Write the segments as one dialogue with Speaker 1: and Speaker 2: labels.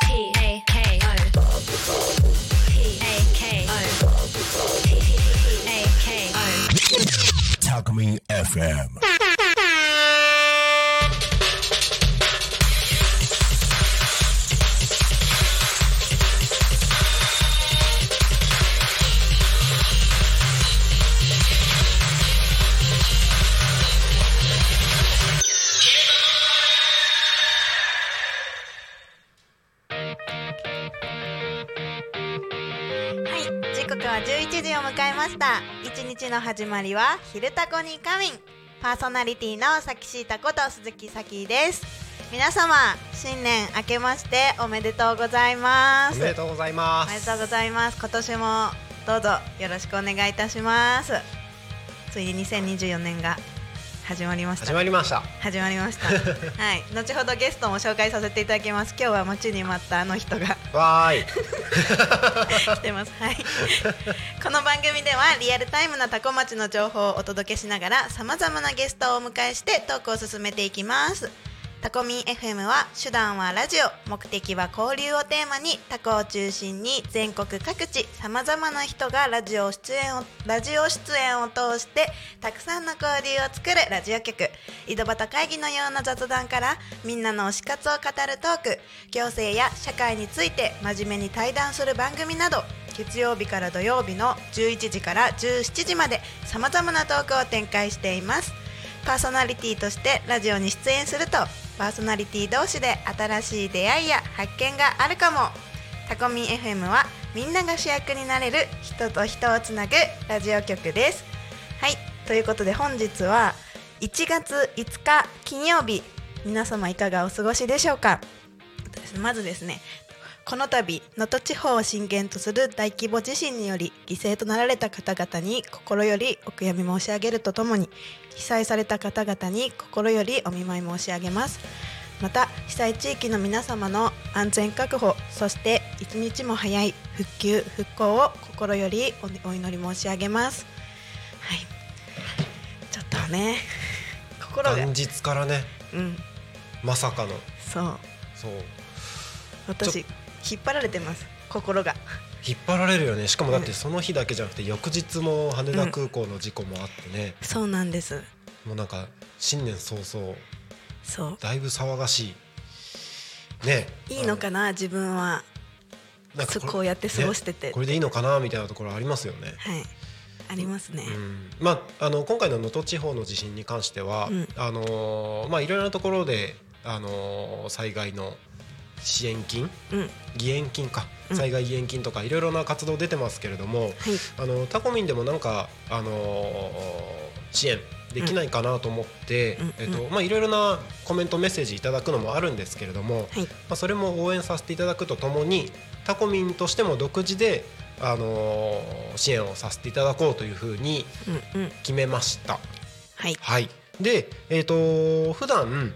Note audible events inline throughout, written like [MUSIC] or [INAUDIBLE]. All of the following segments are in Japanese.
Speaker 1: P A K O. P A K O. P A K O.
Speaker 2: Takumi FM.
Speaker 3: はい、時刻は11時を迎えました。一日の始まりは昼タコに仮眠。パーソナリティのさきしーたこと鈴木さきです。皆様、新年明けましておめでとうございま
Speaker 4: お
Speaker 3: す。
Speaker 4: めでとうございま。
Speaker 3: おめですとうございます。今年もどうぞよろしくお願いいたします。ついに2024年が始まりました
Speaker 4: 始。まりました。
Speaker 3: 始まり
Speaker 4: [LAUGHS]
Speaker 3: ました。はい、後ほどゲストも紹介させていただきます。今日は待ちに待ったあの人が
Speaker 4: わーい。
Speaker 3: 来てます。はい。この番組ではリアルタイムなタコ町の情報をお届けしながら、さまざまなゲストをお迎えしてトークを進めていきます。タコミン FM は手段はラジオ、目的は交流をテーマにタコを中心に全国各地さまざまな人がラジオ出演をラジオ出演を通してたくさんの交流を作るラジオ局井戸端会議のような雑談からみんなの推し活を語るトーク行政や社会について真面目に対談する番組など月曜日から土曜日の11時から17時までさまざまなトークを展開していますパーソナリティとしてラジオに出演するとパーソナリティ同士で新しい出会いや発見があるかもタコミン FM はみんなが主役になれる人と人をつなぐラジオ局ですはいということで本日は1月5日金曜日皆様いかがお過ごしでしょうかまずですねこの度能登地方を震源とする大規模地震により犠牲となられた方々に心よりお悔やみ申し上げるとともに被災された方々に心よりお見舞い申し上げますまた被災地域の皆様の安全確保そして一日も早い復旧復興を心よりおお祈り申し上げますはいちょっとね心が
Speaker 4: 元日からね、
Speaker 3: うん
Speaker 4: まさかの。
Speaker 3: そう
Speaker 4: そう。
Speaker 3: 私引っ張られてます心が
Speaker 4: 引っ張られるよね。しかもだってその日だけじゃなくて翌日も羽田空港の事故もあってね。
Speaker 3: そうなんです
Speaker 4: もうなんか新年早々
Speaker 3: そう
Speaker 4: だいぶ騒がしい。ね。
Speaker 3: いいのか
Speaker 4: な。
Speaker 3: な自分は
Speaker 4: なんか
Speaker 3: そう
Speaker 4: れ
Speaker 3: こうやって過ごしてて
Speaker 4: ねこれでいいのかなみたいなところありますよね。
Speaker 3: はいありますね
Speaker 4: うんまあ、あの今回の能登地方の地震に関しては、
Speaker 3: うん
Speaker 4: あのーまあ、いろいろなところで、あのー災害の支援金
Speaker 3: うん、
Speaker 4: 義援金か
Speaker 3: うん
Speaker 4: 災害義援金とかいろいろな活動出てますけれども、
Speaker 3: はい
Speaker 4: あのタコミンでもなんか、あのー支援できないかなと思って
Speaker 3: うん
Speaker 4: えっ
Speaker 3: う
Speaker 4: とまあいろいろなコメントメッセージいただくのもあるんですけれども、
Speaker 3: はい
Speaker 4: まあ、それも応援させていただくとともにタコミンとしても独自で、あのー支援をさせていただこうというふうに
Speaker 3: うんうん
Speaker 4: 決めました。
Speaker 3: はい
Speaker 4: はい、で、えー、と普段、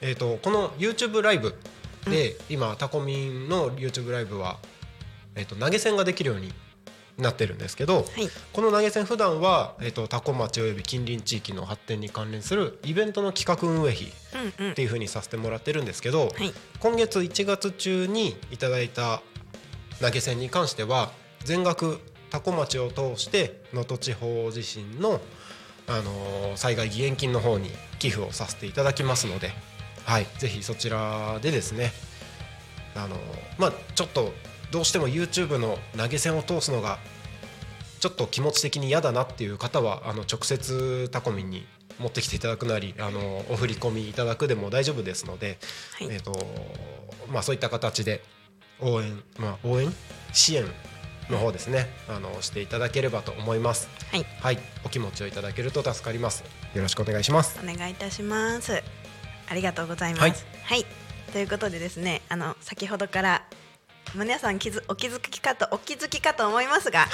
Speaker 4: えー、とこの YouTube ライブで、今タコミンの YouTube ライブは、えー、と投げ銭ができるようになってるんですけど、
Speaker 3: はい
Speaker 4: この投げ銭普段は、えー、とタコ町および近隣地域の発展に関連するイベントの企画運営費っ
Speaker 3: うんうん
Speaker 4: ていうふうにさせてもらってるんですけど、
Speaker 3: はい
Speaker 4: 今月1月中にいただいた投げ銭に関しては全額多古町を通して能登地方地震の、あのー災害義援金の方に寄付をさせていただきますので、はい、ぜひそちらでですね、あのーまあ、ちょっとどうしても YouTube の投げ銭を通すのがちょっと気持ち的に嫌だなっていう方はあの直接タコミンに持ってきていただくなり、あのーお振り込みいただくでも大丈夫ですので、
Speaker 3: はい
Speaker 4: えーとまあ、そういった形で応援、まあ、応援支援の方ですねあのしていただければと思います
Speaker 3: はい
Speaker 4: はいお気持ちをいただけると助かりますよろしくお願いします
Speaker 3: お願いいたしますありがとうございますはい、ということでですねあの先ほどから皆さん気づお気づきかとお気づきかと思いま
Speaker 4: [LAUGHS]
Speaker 3: すが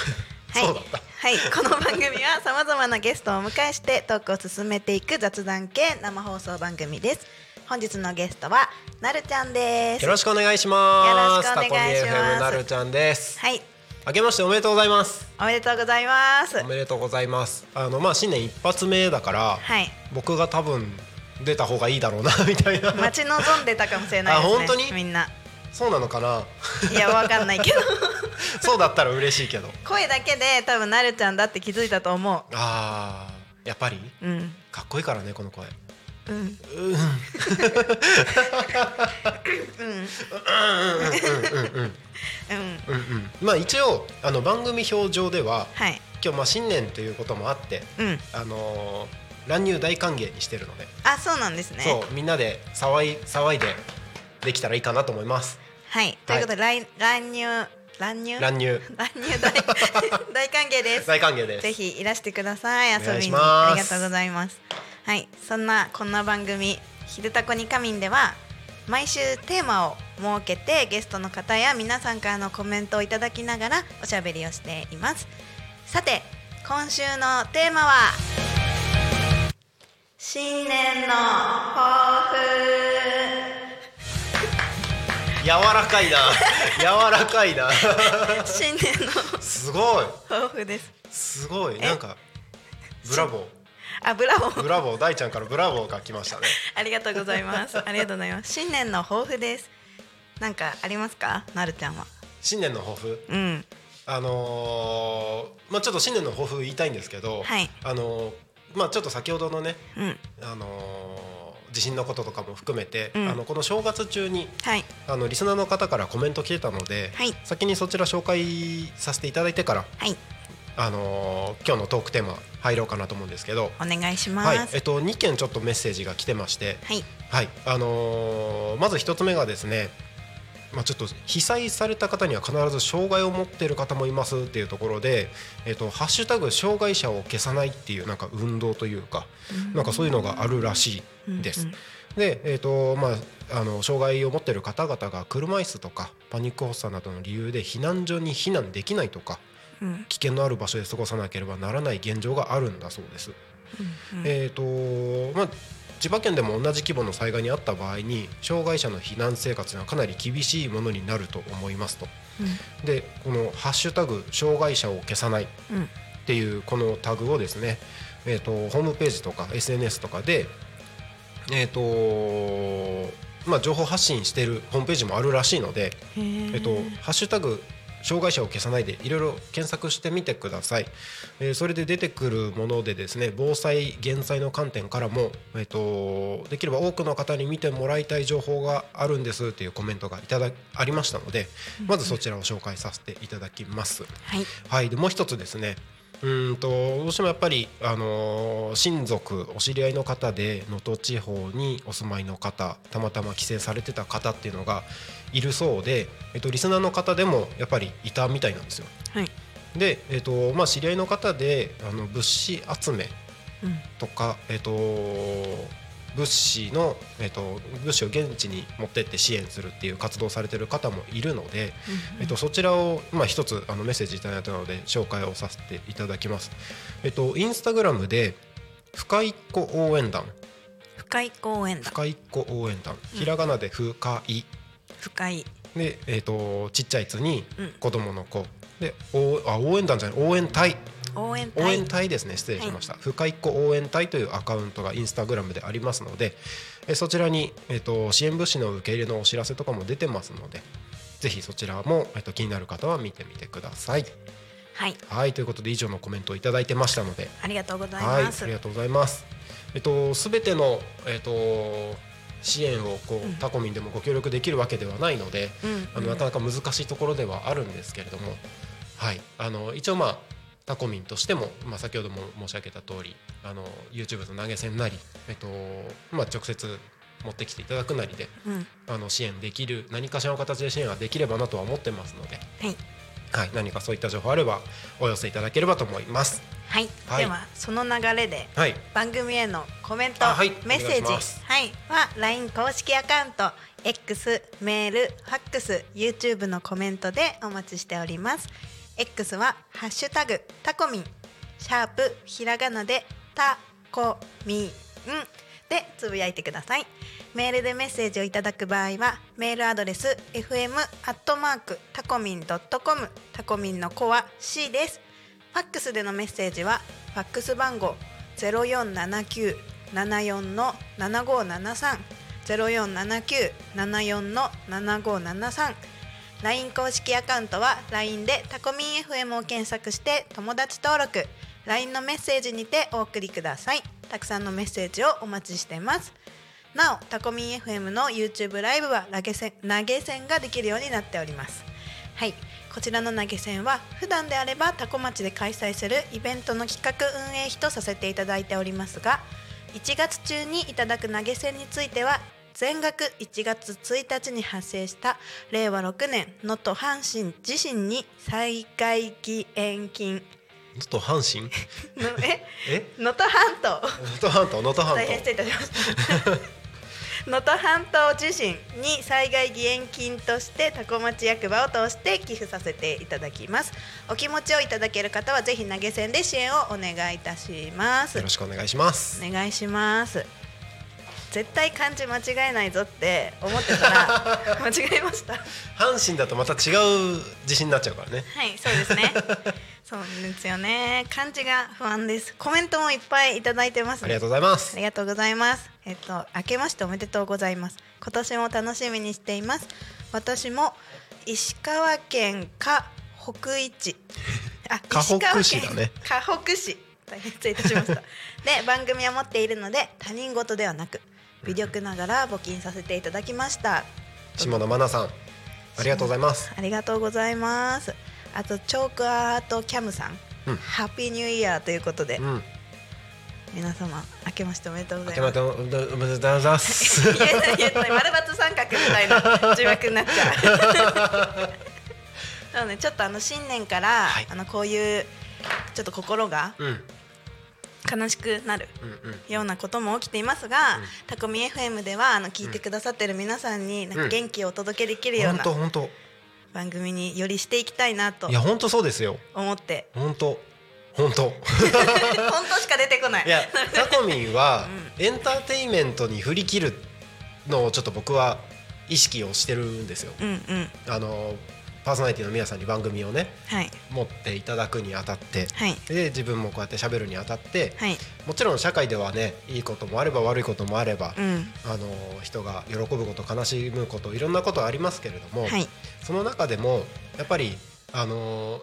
Speaker 3: はい、
Speaker 4: そう
Speaker 3: は
Speaker 4: だった
Speaker 3: い、この番組は [LAUGHS] さまざまなゲストをお迎えしてトークを進めていく雑談系生放送番組です本日のゲストはなるちゃんです
Speaker 4: よろしくお願いします。
Speaker 3: よろしくお願いします
Speaker 4: タコミ FM なるちゃんです。
Speaker 3: はい
Speaker 4: 明けましておめでとうございます。
Speaker 3: おめでとうございます
Speaker 4: おめでとうございます。あのまあ新年一発目だから、
Speaker 3: はい
Speaker 4: 僕が多分出た方がいいだろうな [LAUGHS] みたいな。
Speaker 3: 待ち望んでたかもしれないですね
Speaker 4: あ本当に
Speaker 3: みんな
Speaker 4: そうなのかな。
Speaker 3: いやわかんないけど [LAUGHS]
Speaker 4: そうだったら嬉しいけど。
Speaker 3: 声だけで多分なるちゃんだって気づいたと思
Speaker 4: ああ、やっぱり
Speaker 3: ううん
Speaker 4: かっこいいからねこの声。
Speaker 3: うんうん
Speaker 4: うんうん。まあ一応あの番組表上では
Speaker 3: はい
Speaker 4: 今日まあ新年ということもあって、
Speaker 3: うん
Speaker 4: あのー乱入大歓迎にしてるので、
Speaker 3: あそうなんですね
Speaker 4: そうみんなで騒い騒いでできたらいいかなと思います。
Speaker 3: はいということで、来乱入乱入
Speaker 4: 乱入
Speaker 3: [LAUGHS] 乱入大大歓迎です
Speaker 4: 大歓迎です。
Speaker 3: ぜひいらしてください
Speaker 4: お願
Speaker 3: 遊
Speaker 4: い
Speaker 3: び
Speaker 4: し
Speaker 3: に
Speaker 4: ます
Speaker 3: ありがとうございますはいそんなこんな番組「ひるたこにかみん」では毎週テーマを設けてゲストの方や皆さんからのコメントをいただきながらおしゃべりをしていますさて今週のテーマは新年
Speaker 4: [LAUGHS]
Speaker 3: の抱
Speaker 4: 柔らかいな [LAUGHS] 柔らかいな
Speaker 3: 負新年の
Speaker 4: すごい
Speaker 3: 抱負です
Speaker 4: すごい
Speaker 3: え
Speaker 4: なんかブラボ
Speaker 3: あブラボー
Speaker 4: ーブラボー大ちゃんからブラボーが来ましたね
Speaker 3: ありがとうございます。ありがとうございます。新年の抱負です。なんかありますか、なるちゃんは。
Speaker 4: 新年の抱負
Speaker 3: うん、
Speaker 4: あのーまあちょっと新年の抱負言いたいんですけど、
Speaker 3: はい
Speaker 4: あのーまあちょっと先ほどのね
Speaker 3: うん、
Speaker 4: あのー地震のこととかも含めて、
Speaker 3: うん
Speaker 4: あのこの正月中に
Speaker 3: はい、
Speaker 4: あのリスナーの方からコメント来てたので、
Speaker 3: はい
Speaker 4: 先にそちら紹介させていただいてから、
Speaker 3: はい、
Speaker 4: あのー今日のトークテーマ入ろうかなと思うんですけど、
Speaker 3: お願いしま
Speaker 4: はい
Speaker 3: す
Speaker 4: えっ。と、2件ちょっとメッセージが来てまして、
Speaker 3: はい、
Speaker 4: はいあのーまず1つ目がですね、まあ、ちょっと被災された方には必ず障害を持っている方もいますっていうところで「えっと、ハッシュタグ障害者を消さない」っていうなんか運動というかなんかそういうのがあるらしいです。で、えーとまあ、あの障害を持っている方々が車椅子とかパニック発作などの理由で避難所に避難できないとか、
Speaker 3: うん
Speaker 4: 危険のある場所で過ごさなければならない現状があるんだそうです。えーとまあ千葉県でも同じ規模の災害にあった場合に障害者の避難生活がかなり厳しいものになると思いますと、でこの「ハッシュタグ障害者を消さない」
Speaker 3: うん、
Speaker 4: っていうこのタグをですね、えー、とホームページとか SNS とかで、えーとまあ、情報発信しているホームページもあるらしいので「えー、とハッシュタグ障害者を消さない」でいろいろ検索してみてください、えーそれで出てくるものでですね防災・減災の観点からも、えー、とできれば多くの方に見てもらいたい情報があるんですっていうコメントがいただありましたのでまずそちらを紹介させていただきます。
Speaker 3: はい、
Speaker 4: はい、でもう一つですねうーんとどうしてもやっぱり、あのー親族お知り合いの方で能登地方にお住まいの方たまたま帰省されてた方っていうのがいるそうで、えっと、リスナーの方でもやっぱりいたみたいなんですよ。
Speaker 3: はい、
Speaker 4: で、えっとまあ、知り合いの方であの物資集めとか、えっと、物資の、えっと、物資を現地に持ってって支援するっていう活動をされてる方もいるので、えっと、そちらを、まあ、一つあのメッセージいただいたので紹介をさせていただきます。えっと、インスタグラムで深いっ子応援団
Speaker 3: 深い公園だ。
Speaker 4: 深いっ子応援団ひらがなで深い
Speaker 3: 深い。
Speaker 4: で、えっとちっちゃい「つ」に
Speaker 3: うん
Speaker 4: 子供の子、でおあ応援団じゃない応援隊
Speaker 3: 応援
Speaker 4: 応
Speaker 3: 隊。
Speaker 4: 援隊ですね失礼しました、深いっ子応援隊というアカウントがインスタグラムでありますのでえそちらに、えっと支援物資の受け入れのお知らせとかも出てますのでぜひそちらも、えっと気になる方は見てみてください。
Speaker 3: はい、
Speaker 4: はいということで以上のコメントをいただいてましたので
Speaker 3: ありがとうござい
Speaker 4: はい
Speaker 3: ま
Speaker 4: あ
Speaker 3: す。
Speaker 4: りがとうございます。えっとすべてのえっと支援をこうタコミンでもご協力できるわけではないので、
Speaker 3: うん
Speaker 4: あのなかなか難しいところではあるんですけれども、はいあの一応まあタコミンとしてもまあ先ほども申し上げた通りあの YouTube の投げ銭なりえっとまあ直接持ってきていただくなりで
Speaker 3: うん、
Speaker 4: あの支援できる何かしらの形で支援ができればなとは思ってますので、
Speaker 3: はい、
Speaker 4: はい、何かそういった情報あればお寄せいただければと思います。
Speaker 3: はい、
Speaker 4: はい
Speaker 3: では、その流れで。
Speaker 4: はい、
Speaker 3: 番組へのコメント、
Speaker 4: あはい
Speaker 3: メッセー
Speaker 4: お願いし
Speaker 3: ジ
Speaker 4: ます
Speaker 3: はいは LINE 公式アカウント X メールファックス YouTube のコメントでお待ちしております X は「ハッシュタグタコミン」シャープひらがなでタコミンでつぶやいてくださいメールでメッセージをいただく場合はメールアドレス fm アットマークタコミンドットコムタコミンの子は C ですファックスでのメッセージはファックス番号ゼロ四七九七四の七五七三ゼロ四七九七四の七五七三 LINE 公式アカウントは LINE でタコミン FM を検索して友達登録 LINE のメッセージにてお送りくださいたくさんのメッセージをお待ちしていますなおタコミン FM の YouTube ライブは投げ銭投げ銭ができるようになっておりますはいこちらの投げ銭は普段であればタコ町で開催するイベントの企画運営費とさせていただいておりますが1月中にいただく投げ銭については全額1月1日に発生した令和6年能登阪神地震に災害義援金
Speaker 4: 能登阪神
Speaker 3: [LAUGHS] のえ
Speaker 4: え
Speaker 3: 能登半島
Speaker 4: 能登半島能登半
Speaker 3: 大変失
Speaker 4: 島
Speaker 3: 礼いたしました。 [LAUGHS] 能登半島地震に災害義援金として多古町役場を通して寄付させていただきますお気持ちをいただける方はぜひ投げ銭で支援をお願いいたします
Speaker 4: よろしくお願いします
Speaker 3: お願いします絶対漢字間違えないぞって思ってたら間違えましたは
Speaker 4: 阪神だとまた違う地震になっちゃうからね
Speaker 3: いそうですねそうですよね漢字が不安ですコメントもいっぱいいただいてます
Speaker 4: ありがとうございます
Speaker 3: ありがとうございます。えっと、明けましておめでとうございます。今年も楽しみにしています。私も石川県か北市。あ、
Speaker 4: [LAUGHS] かほく市だね
Speaker 3: 石川県か北市。大変失礼いたしま
Speaker 4: [LAUGHS]
Speaker 3: した。で、番組を持っているので、他人事ではなく。微力ながら募金させていただきました。
Speaker 4: 下野真奈さんありがとうございます
Speaker 3: ありがとうございます。あと、チョークアートキャムさん。
Speaker 4: うん
Speaker 3: ハッピーニューイヤーということで、
Speaker 4: うん
Speaker 3: 皆様、明けましておめでとうご
Speaker 4: 明
Speaker 3: ざい
Speaker 4: けま
Speaker 3: ま
Speaker 4: すして。おめでとうございます
Speaker 3: 言えない言えない丸×三角みたいな字幕になっちゃうなのでちょっとあの新年から、
Speaker 4: はい
Speaker 3: あのこういうちょっと心が
Speaker 4: うんうん
Speaker 3: 悲しくなる
Speaker 4: うん
Speaker 3: ようなことも起きていますが、タコミ FM ではあの聞いてくださってる皆さんになんか元気をお届けできるよう
Speaker 4: 本
Speaker 3: な
Speaker 4: 当本当
Speaker 3: 番組によりしていきたいなと
Speaker 4: いや本当そうですよ
Speaker 3: 思って
Speaker 4: 本当本
Speaker 3: [LAUGHS]
Speaker 4: 当
Speaker 3: 本当しか出てこない
Speaker 4: いやタコミンはエンターテインメントに振り切るのをちょっと僕は意識をしてるんですよ
Speaker 3: うんうん
Speaker 4: あのパーソナリティの皆さんに番組をね
Speaker 3: はい
Speaker 4: 持っていただくにあたって
Speaker 3: はい
Speaker 4: で自分もこうやって喋るにあたって
Speaker 3: はい
Speaker 4: もちろん社会ではねいいこともあれば悪いこともあれば
Speaker 3: うん
Speaker 4: あの人が喜ぶこと悲しむこといろんなことありますけれども
Speaker 3: はい
Speaker 4: その中でもやっぱりあの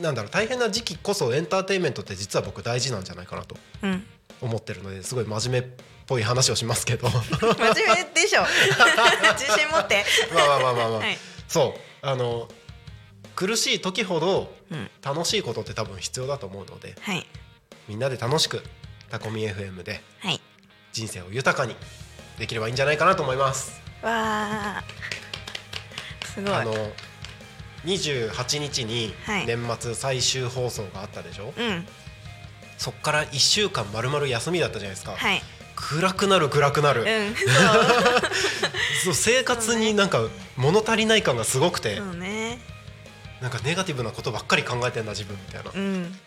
Speaker 4: なんだろう大変な時期こそエンターテインメントって実は僕大事なんじゃないかなと
Speaker 3: うん
Speaker 4: 思ってるのですごい真面目っぽい話をしますけ
Speaker 3: [LAUGHS]
Speaker 4: どま
Speaker 3: 真面目でしょ自信持って
Speaker 4: あまあまあまあまあ、
Speaker 3: はい
Speaker 4: そうあの苦しい時ほど
Speaker 3: うん
Speaker 4: 楽しいことって多分必要だと思うので
Speaker 3: はい
Speaker 4: みんなで楽しくタコミ FM で
Speaker 3: はい
Speaker 4: 人生を豊かにできればいいんじゃないかなと思います。
Speaker 3: わあ。すごい。
Speaker 4: あの28日に
Speaker 3: はい
Speaker 4: 年末最終放送があったでしょ、
Speaker 3: うん、
Speaker 4: そっから1週間まるまる休みだったじゃないですか、
Speaker 3: はい、
Speaker 4: 暗くなる暗くなる、 [LAUGHS]
Speaker 3: うん、そう、
Speaker 4: そう生活になんか物足りない感がすごくて、
Speaker 3: そうね、
Speaker 4: なんかネガティブなことばっかり考えてんだ自分みたいな、
Speaker 3: うん、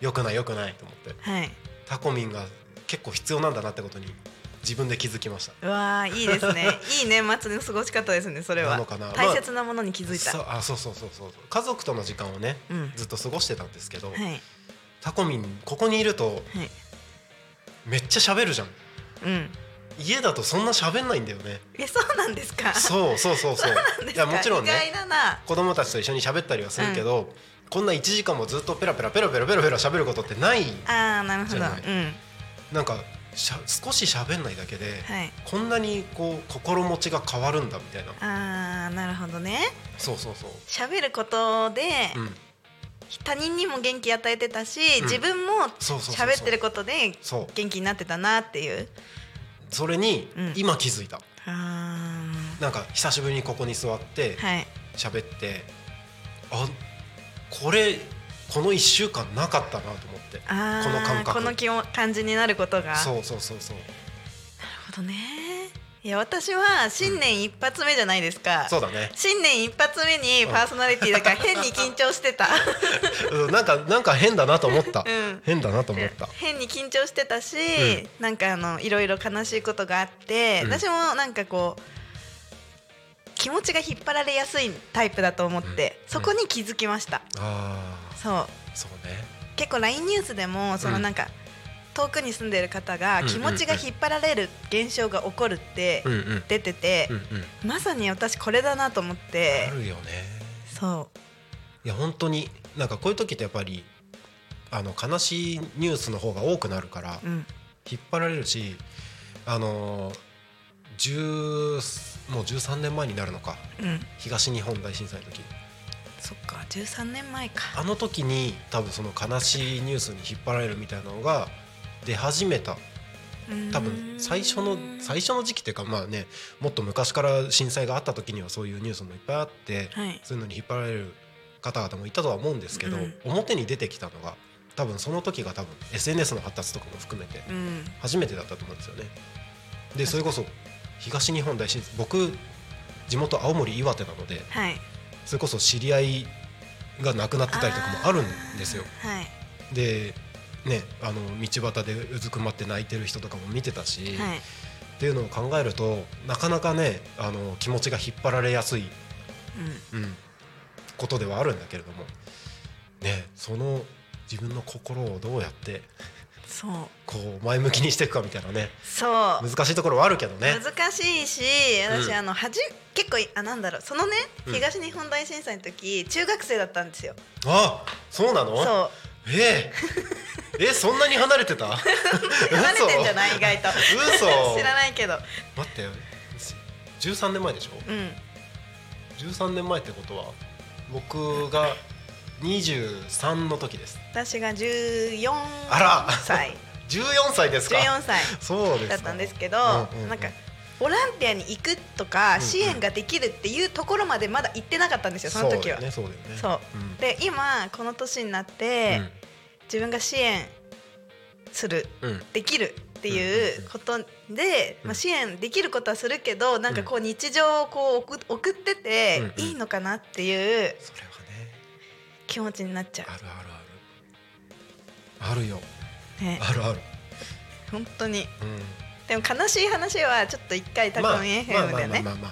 Speaker 4: よくないよくないと思って
Speaker 3: はい、
Speaker 4: タコミンが結構必要なんだなってことに自分で気づきました
Speaker 3: うわあ、いいで
Speaker 4: [LAUGHS]
Speaker 3: すね。いい年末の過ごし方ですね、それ
Speaker 4: な
Speaker 3: は
Speaker 4: のかな。
Speaker 3: 大切なものに気づいた。
Speaker 4: そうあそうそうそうそう家族との時間をね、
Speaker 3: うん
Speaker 4: ずっと過ごしてたんですけど、
Speaker 3: はい、
Speaker 4: タコミンここにいると
Speaker 3: はい、
Speaker 4: めっちゃ喋るじゃん
Speaker 3: うん、
Speaker 4: 家だとそんな喋んないんだよね
Speaker 3: え、そうなんですか。
Speaker 4: そうそうそうそう
Speaker 3: うなんです
Speaker 4: い
Speaker 3: か
Speaker 4: やもちろんね
Speaker 3: 意外だな。
Speaker 4: 子供たちと一緒に喋ったりはするけど、こんな1時間もずっとペラペラペラペラペラペラ喋ることってない
Speaker 3: ああ、なるほ
Speaker 4: じ
Speaker 3: ど。う
Speaker 4: ゃない
Speaker 3: ん、
Speaker 4: なんかしゃ少し喋んないだけで、
Speaker 3: はい。
Speaker 4: こんなにこう心持ちが変わるんだみたいな
Speaker 3: ああ、なるほどね。
Speaker 4: そうそうそう、
Speaker 3: 喋ることで、
Speaker 4: うん、
Speaker 3: 他人にも元気与えてたし、
Speaker 4: うん
Speaker 3: 自分
Speaker 4: そ
Speaker 3: も
Speaker 4: うそうそうそう
Speaker 3: 喋ってることで
Speaker 4: そう
Speaker 3: 元気になってたなっていう。
Speaker 4: それに
Speaker 3: うん
Speaker 4: 今気づいた、
Speaker 3: あ
Speaker 4: なんか久しぶりにここに座って
Speaker 3: あ、はい。
Speaker 4: 喋って、あこれこの1週間なかったなと思って
Speaker 3: あー
Speaker 4: この感覚
Speaker 3: この気も感じになることがなる
Speaker 4: そうそうそうそう
Speaker 3: ほどねいや私は新年一発目じゃないですか、
Speaker 4: そうだね
Speaker 3: 新年一発目にパーソナリティだから変に緊張して
Speaker 4: [LAUGHS]
Speaker 3: た
Speaker 4: うんなんか [LAUGHS] なんか変だなと思った、
Speaker 3: うん
Speaker 4: 変だなと思った
Speaker 3: 変に緊張してたし、なんかあのいろいろ悲しいことがあって、
Speaker 4: うん
Speaker 3: 私もなんかこう気持ちが引っ張られやすいタイプだと思って、
Speaker 4: うん
Speaker 3: そこに気づきました、
Speaker 4: あ
Speaker 3: そう
Speaker 4: ーそうね
Speaker 3: 結構 LINE ニュースでもそうの
Speaker 4: ん
Speaker 3: なんか、遠くに住んでる方
Speaker 4: うん
Speaker 3: が
Speaker 4: うんうん
Speaker 3: 気持ちが引っ張られる現象が起こるって
Speaker 4: うんうん
Speaker 3: 出てて、
Speaker 4: うんうん
Speaker 3: まさに私これだなと思って
Speaker 4: あるよね
Speaker 3: そ
Speaker 4: いや本当になんかこういう時ってやっぱりあの悲しいニュースの方が多くなるから
Speaker 3: う、うん、
Speaker 4: 引っ張られるしあの10もう13年前になるのか
Speaker 3: うん、
Speaker 4: 東日本大震災の時
Speaker 3: そっか13年前か
Speaker 4: あの時に多分その悲しいニュースに引っ張られるみたいなのが出始めた多分最初の最初の時期っていうかまあねもっと昔から震災があった時にはそういうニュースもいっぱいあって
Speaker 3: はい
Speaker 4: そういうのに引っ張られる方々もいたとは思うんですけど、
Speaker 3: うん
Speaker 4: 表に出てきたのが多分その時が多分 SNS の発達とかも含めて
Speaker 3: うん
Speaker 4: 初めてだったと思うんですよね。でそれこそ東日本大震災僕地元青森岩手なので
Speaker 3: はい
Speaker 4: それこそ知り合いが亡くなってたりとかもあるんですよ。
Speaker 3: はい
Speaker 4: でね、あの道端でうずくまって泣いてる人とかも見てたし、
Speaker 3: はい
Speaker 4: っていうのを考えるとなかなかねあの気持ちが引っ張られやすい、うん、ことではあるんだけれども、ね、その自分の心をどうやって
Speaker 3: そう
Speaker 4: こう前向きにしていくかみたいなね
Speaker 3: そう
Speaker 4: 難しいところはあるけどね。
Speaker 3: 難しいし私、
Speaker 4: うん
Speaker 3: あのはじ結構いあなんだろうそのね
Speaker 4: うん
Speaker 3: 東日本大震災の時、中学生だったんですよ
Speaker 4: あそうなの
Speaker 3: そう
Speaker 4: えええそんなに離れてた
Speaker 3: [LAUGHS] 離れてんじゃ
Speaker 4: い
Speaker 3: ない意外と
Speaker 4: 嘘
Speaker 3: [LAUGHS] 知らないけど
Speaker 4: 待って13年前でしょ
Speaker 3: うん
Speaker 4: 13年前ってことは僕が23の時です
Speaker 3: 私が14
Speaker 4: あら
Speaker 3: 歳
Speaker 4: 14歳ですか
Speaker 3: 14歳
Speaker 4: そうですか
Speaker 3: だったんですけど、
Speaker 4: うんうんうん
Speaker 3: なんかボランティアに行くとか
Speaker 4: ん
Speaker 3: 支援ができるっていうところまでまだ行ってなかったんですよその時
Speaker 4: そ
Speaker 3: は。
Speaker 4: うだよねそうだよね
Speaker 3: そう
Speaker 4: うん
Speaker 3: で今この年になって、自分が支援する
Speaker 4: うんうん
Speaker 3: できるって
Speaker 4: うんうん
Speaker 3: いううんことで、
Speaker 4: うん
Speaker 3: まあ、支援できることはするけどなんかこう日常をこう送送ってて
Speaker 4: うんうん
Speaker 3: いいのかなっていう
Speaker 4: それはね
Speaker 3: 気持ちになっちゃ
Speaker 4: あるあるあるあるよ
Speaker 3: う、ね、
Speaker 4: あるある
Speaker 3: 本当に
Speaker 4: うん
Speaker 3: でも悲しい話はちょっと一回タコミ FM でね
Speaker 4: まあまあまあまあま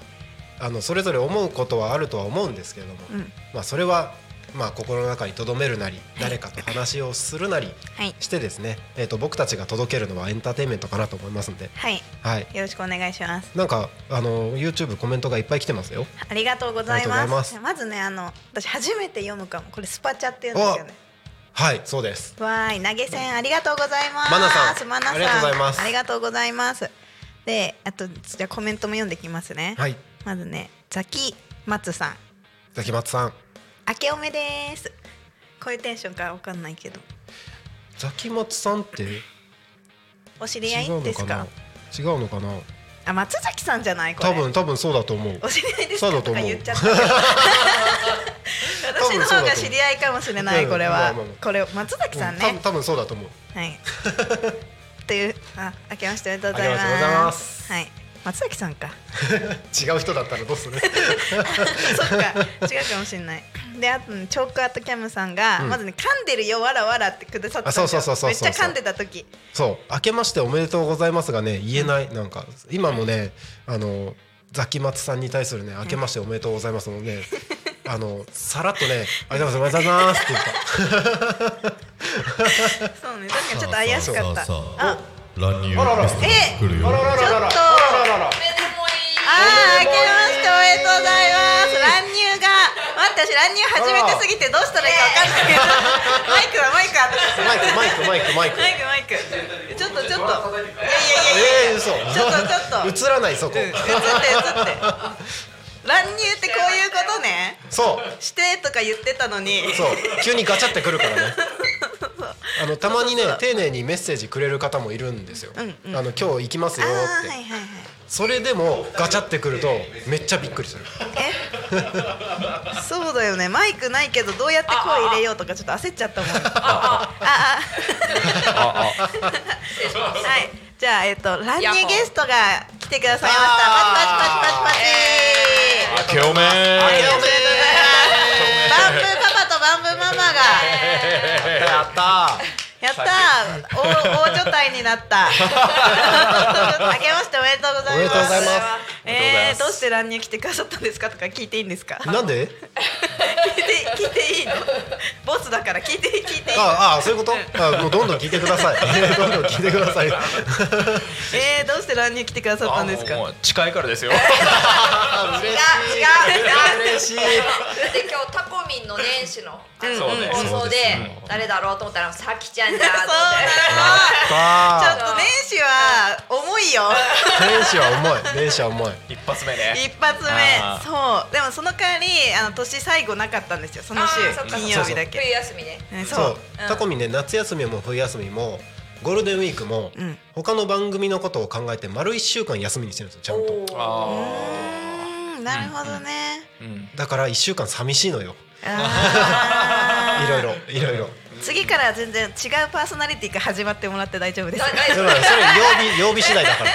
Speaker 4: ああのそれぞれ思うことはあるとは思うんですけれども、
Speaker 3: うん
Speaker 4: まあそれはまあ心の中に留めるなり誰かと話をするなり
Speaker 3: はい
Speaker 4: してですね、えっ、と僕たちが届けるのはエンターテインメントかなと思いますんで、
Speaker 3: はい
Speaker 4: はい。
Speaker 3: よろしくお願いします
Speaker 4: なんかあの YouTube コメントがいっぱい来てますよ。
Speaker 3: ありがとうございます
Speaker 4: ありがとうござい
Speaker 3: まずねあの私初めて読むかもこれスパチャって言うんですよね
Speaker 4: はい、そうです。
Speaker 3: わーい投げ銭ありがとうございます
Speaker 4: マナさん
Speaker 3: マナさん
Speaker 4: ありがとうございます
Speaker 3: ありがとうございますであとじゃあコメントも読んできますね、
Speaker 4: はい、
Speaker 3: まずねザキマツさん
Speaker 4: ザキマツさん。
Speaker 3: 明けおめですこういうテンションかわかんないけど
Speaker 4: ザキマツさんって
Speaker 3: お知り合
Speaker 4: 違う
Speaker 3: いで
Speaker 4: の
Speaker 3: す
Speaker 4: か
Speaker 3: か
Speaker 4: な。違うのかな。
Speaker 3: あ松崎さんじゃないこれ
Speaker 4: 多分多分そうだと思う。
Speaker 3: お知り合いです
Speaker 4: そう
Speaker 3: か
Speaker 4: だと
Speaker 3: と
Speaker 4: 思
Speaker 3: か
Speaker 4: う
Speaker 3: 言っちゃったけど私の方が知り合いかもしれないこれは
Speaker 4: うんまあまあまあ
Speaker 3: これ松崎さん
Speaker 4: う多分
Speaker 3: ね
Speaker 4: 多分そうだと思う。
Speaker 3: はいというあ明けましておめでとうござい
Speaker 4: 明けましておめでとうございま
Speaker 3: ま
Speaker 4: すす
Speaker 3: はい松崎さんか [LAUGHS]
Speaker 4: 違う人だったらどうする？
Speaker 3: そっか違うかもしれないであとねチョークアートキャムさんが、
Speaker 4: うん
Speaker 3: まずね噛んでるよわらわらってくださったんですよ
Speaker 4: あそうそうそうそうそう
Speaker 3: めっちゃ噛んでた時
Speaker 4: そう明けましておめでとうございますがね言えないなんか今もねあのザキマツさんに対するね明けましておめでとうございますの
Speaker 3: [LAUGHS]
Speaker 4: ねあのさらっとねありがとうございますおめでとうございますって言った
Speaker 3: そうね確かにちょっと怪しかった
Speaker 5: そうそうそう
Speaker 3: あ
Speaker 5: 乱入
Speaker 4: あらら
Speaker 5: ゲストが来るよ
Speaker 4: あららららら
Speaker 3: ちょっと
Speaker 4: あらららら
Speaker 3: あー、明けましておめでとうございます。乱入が、待って、私乱入初めてすぎて、どうしたらいいか分かんないけど。マイクはマイクあ [LAUGHS] った。
Speaker 4: マイクマイクマイクマイク
Speaker 3: マイク、マイク。ちょっと、ちょっと。いやい
Speaker 4: ええー、
Speaker 3: やいやいや。
Speaker 4: 嘘
Speaker 3: ちょっと、ちょっと。うん映っ
Speaker 4: [LAUGHS]
Speaker 3: て、
Speaker 4: 映らないそこ、
Speaker 3: 映って。乱入ってこういうことね。
Speaker 4: そう
Speaker 3: してとか言ってたのに。
Speaker 4: そう急にガチャってくるからねあのたまにね
Speaker 3: そうそう
Speaker 4: 丁寧にメッセージくれる方もいるんですよ、
Speaker 3: うんうん
Speaker 4: あの今日行きます
Speaker 3: あ
Speaker 4: よって、
Speaker 3: あ、はいはいはい。
Speaker 4: それでもガチャってくるとめっちゃびっくりする
Speaker 3: え。 [LAUGHS] そうだよね。マイクないけど、どうやって声入れようとか、ちょっと焦っちゃったもん。ああ。はい、じゃあ、えっと、乱入ゲストが来来てくださいましたパチパチパチパチパチ
Speaker 5: 明け
Speaker 3: お
Speaker 5: おめ
Speaker 3: めでとうございますバンブーパパとバンブーママが
Speaker 6: やった
Speaker 3: やったー大大所帯に
Speaker 4: [LAUGHS]
Speaker 3: なったあけましておめでとうござ
Speaker 4: お
Speaker 3: います
Speaker 4: めでとうございます
Speaker 3: えー、どうして乱入来てくださったんですかとか聞いていいんですか聞い
Speaker 4: なんで
Speaker 3: て聞いていいのボスだから聞いて聞いていい
Speaker 4: ああそういうことあもうどんどん聞いてくだ
Speaker 3: [LAUGHS]
Speaker 4: さいどんどん聞いてください
Speaker 3: えー、どうして乱入来てくださったんですか
Speaker 5: あもうもう近いからですよ
Speaker 4: あ嬉
Speaker 1: 違う違う
Speaker 4: しい嬉しい
Speaker 1: で今日タコミンの年始のあの
Speaker 5: そうね
Speaker 1: 放送で誰だろうと思ったらさきちゃんだと思っ
Speaker 3: そうなのちょっと年始は重いよ
Speaker 4: 電子は重い電子は重い
Speaker 5: 一発目ね
Speaker 3: 一発目
Speaker 5: あ
Speaker 3: そうでもその代わりあの年最後なかったんですよその週
Speaker 1: あーそっかそっか
Speaker 3: 金曜日だ
Speaker 1: て
Speaker 3: け
Speaker 1: 冬休みね
Speaker 3: ねそう
Speaker 4: そう
Speaker 1: うん
Speaker 4: タコミンね夏休みも冬休みもゴールデンウィークも
Speaker 3: ん
Speaker 4: 他の番組のことを考えて丸1週間休みにしてるんですよちゃんと
Speaker 5: あ
Speaker 3: うんなるほどね、
Speaker 5: ーうん
Speaker 4: だから1週間寂しいのよ
Speaker 3: あー
Speaker 4: いろいろいろいろ
Speaker 3: 次から全然違うパーソナリティが始まってもらって大丈夫です
Speaker 1: だ大
Speaker 4: そ
Speaker 1: 丈夫
Speaker 4: れはそれ曜日曜日次第だから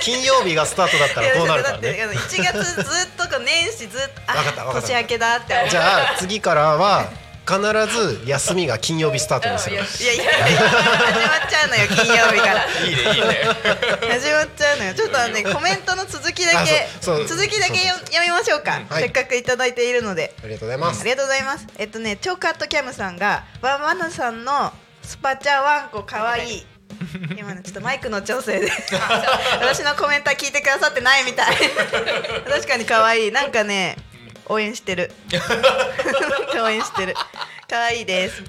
Speaker 4: 金曜日がスタートだったらこうなるから
Speaker 3: いや
Speaker 4: ね
Speaker 3: だってあの1月ずっとこう年始ずっとあ
Speaker 4: わかったわかった
Speaker 3: 年明けだって思う
Speaker 4: じゃあ次からは必ず休みが金曜日スタートにする
Speaker 1: うんよし
Speaker 3: いやいやいや始まっちゃうのよ金曜日から
Speaker 5: いいねいいね
Speaker 3: 始まっちゃうのよちょっとあのねコメントの続きだけ
Speaker 4: あそうそう
Speaker 3: 続きだけよ読みましょうか、
Speaker 4: はい
Speaker 3: せっかくいただいているので
Speaker 4: ありがとうございま
Speaker 3: あ
Speaker 4: す
Speaker 3: りがとうございます。えっとね、チョーカットキャムさんが、ワンワナさんのスパチャワンコかわいい。今のちょっとマイクの
Speaker 4: [LAUGHS]
Speaker 3: 調整で私のコメントは聞いてくださってないみたい確かに可愛いなんかね応援して
Speaker 4: [LAUGHS]
Speaker 3: る応援してる可愛いです、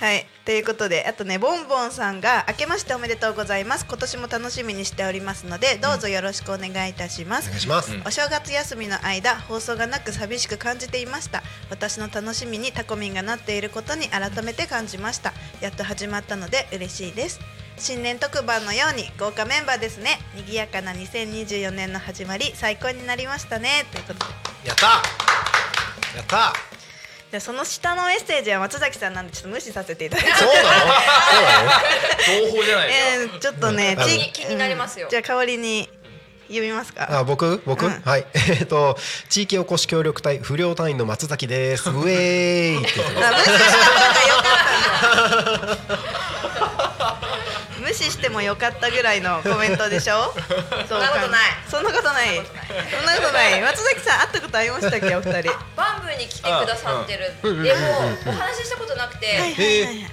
Speaker 3: はいということであとねボンボンさんが明けましておめでとうございます今年も楽しみにしておりますのでどうぞよろしくお願いいたします
Speaker 4: お、願いします
Speaker 5: うん
Speaker 3: お正月休みの間放送がなく寂しく感じていました私の楽しみにタコミンがなっていることに改めて感じましたやっと始まったので嬉しいです新年特番のように豪華メンバーですね賑やかな2024年の始まり最高になりましたねということで
Speaker 4: やったやった
Speaker 3: じゃあその下のメッセージは松崎さんなんでちょっと無視させていただきます
Speaker 4: そうなのそうなの
Speaker 5: 同胞じゃないですか
Speaker 3: えーちょっとね
Speaker 4: うん
Speaker 3: ち
Speaker 1: 気に気になりますよ
Speaker 3: うんじゃあ代わりに読みますか
Speaker 4: あ僕僕、
Speaker 3: うん
Speaker 4: はい [LAUGHS] えっと地域おこし協力隊不良隊員の松崎ですウェーイって言ってます
Speaker 3: あ無視した方が良かったんだ無視しても良かったぐらいのコメントでし [LAUGHS] ょそ
Speaker 1: んなことない
Speaker 3: そんなことないそんなことない松崎さん会ったことありましたっけお二人
Speaker 1: バンブーに来てくださってるでもお話ししたことなくて
Speaker 4: え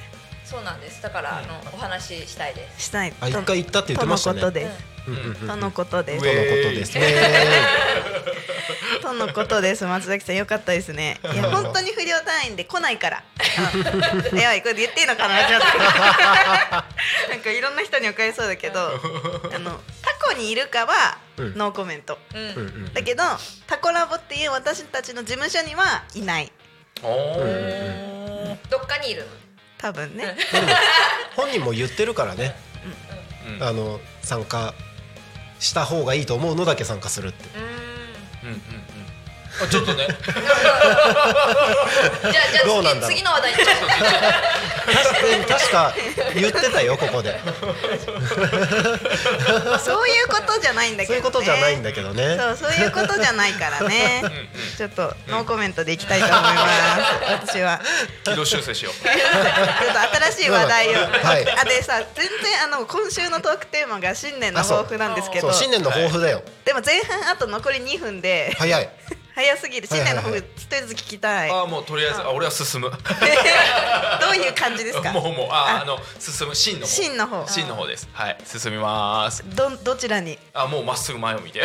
Speaker 1: そうなんですだからあのお話ししたいです
Speaker 3: したい
Speaker 4: あ一回行ったって言ってましたね
Speaker 3: とのことです
Speaker 4: うんうんうんとのこ
Speaker 3: とのことです
Speaker 5: ウェ
Speaker 4: とですね
Speaker 3: とのことです松崎さん良かったです
Speaker 4: [LAUGHS]
Speaker 3: ねいや本当に不良隊員で来ないからうんやばいこれ言っていい
Speaker 4: [LAUGHS]
Speaker 3: のかなちょっ [LAUGHS] となんかいろんな人に怒りそうだけど
Speaker 4: [LAUGHS]
Speaker 3: あのタコにいるかは
Speaker 4: うん
Speaker 3: ノーコメント
Speaker 1: う
Speaker 4: う
Speaker 1: ん
Speaker 4: んうんうん
Speaker 3: だけどタコラボっていう私たちの事務所にはいない
Speaker 5: お
Speaker 4: うんうん
Speaker 5: ー
Speaker 4: うん
Speaker 1: どっかにいるの
Speaker 3: 多分
Speaker 4: [LAUGHS]
Speaker 3: ね
Speaker 4: 本人も言ってるからね、
Speaker 5: うん
Speaker 4: あの参加した方がいいと思うのだけ参加するって
Speaker 1: う
Speaker 5: う
Speaker 1: ーん
Speaker 5: んうんうんあちょっとね
Speaker 1: じゃあじ
Speaker 4: どうな
Speaker 1: ゃ
Speaker 4: んだ
Speaker 1: あ
Speaker 4: ろう
Speaker 1: 次次の話題に行きましょう [LAUGHS]
Speaker 4: 確か確か言ってたよここで
Speaker 3: そういうことじゃないんだけ
Speaker 4: そ
Speaker 3: ど、ね、
Speaker 4: ういうことじゃないんだけどね
Speaker 3: そうそういうことじゃないから
Speaker 4: [LAUGHS]
Speaker 3: ねちょっとノーコメントでいきたいと思います私は
Speaker 5: 軌道修正しよう
Speaker 3: ちょっと新しい話題を、
Speaker 4: はい
Speaker 3: あでさ全然あの今週のトークテーマが新年の抱負なんですけ
Speaker 4: そ
Speaker 3: ど
Speaker 4: う新年の抱負だよ、
Speaker 3: でも前半あと残り2分で
Speaker 4: 早い
Speaker 3: 早すぎる新年の抱負
Speaker 4: はい
Speaker 3: 一人ずつ聞きたい、 [LAUGHS]
Speaker 5: あーもうとりあえずあ俺は進むも
Speaker 3: どういう感じですか
Speaker 5: う [LAUGHS] もうあーあの進む真の方
Speaker 3: 真の方
Speaker 5: 真の方ですはい進みます
Speaker 3: どどちらに
Speaker 5: あもうまっすぐ前を見て
Speaker 3: え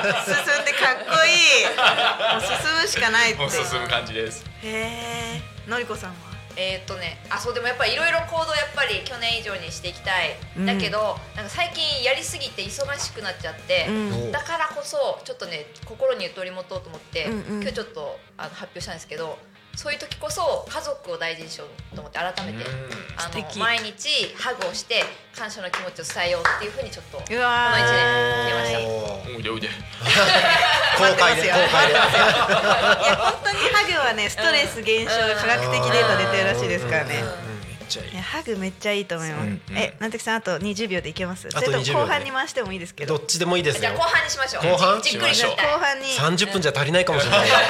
Speaker 3: ー進んでかっこいいもう進むしかないって
Speaker 5: [LAUGHS] もう進む感じです
Speaker 3: へえのりこさんは
Speaker 1: えーっとねあそうでもやっぱりいろいろ行動やっぱり去年以上にしていきたい、
Speaker 3: うん
Speaker 1: だけどなんか最近やりすぎて忙しくなっちゃって、
Speaker 3: ん
Speaker 1: だからこそちょっとね心にゆとり持とうと思って、
Speaker 3: うんうん
Speaker 1: 今日ちょっとあの発表したんですけどそういう時こそ家族を大事にしようと思って改めて、
Speaker 5: う
Speaker 1: あ
Speaker 3: 素敵
Speaker 1: の毎日ハグをして感謝の気持ちを伝えようっていうふうにちょっとこの
Speaker 3: う
Speaker 1: 1
Speaker 3: わー
Speaker 1: 年やりました
Speaker 4: お
Speaker 1: い
Speaker 4: ー
Speaker 5: んおいでおいで
Speaker 4: 公開で公開で
Speaker 3: いや本当にハグはねストレス減少が科学的データ出てるらしいですからね
Speaker 4: うんうんうんうん
Speaker 5: ちゃいい
Speaker 3: いやハグめっちゃいいと思います。
Speaker 5: うんうん
Speaker 3: え、なんてきさんあと20秒でいけます？
Speaker 4: と
Speaker 3: それと
Speaker 4: 20
Speaker 3: も
Speaker 4: 秒で
Speaker 3: 後半に回してもいいですけ
Speaker 4: ど
Speaker 3: ど。
Speaker 4: っちでもいいです
Speaker 1: じゃ
Speaker 4: よ
Speaker 1: あ後半にしましょう
Speaker 4: 後半
Speaker 1: じじっくり
Speaker 5: しましょう
Speaker 1: 聞き
Speaker 3: 後
Speaker 1: たい
Speaker 3: 半にします
Speaker 4: 30分じゃ足りないかもしれ
Speaker 3: [LAUGHS]
Speaker 4: ない
Speaker 3: かね。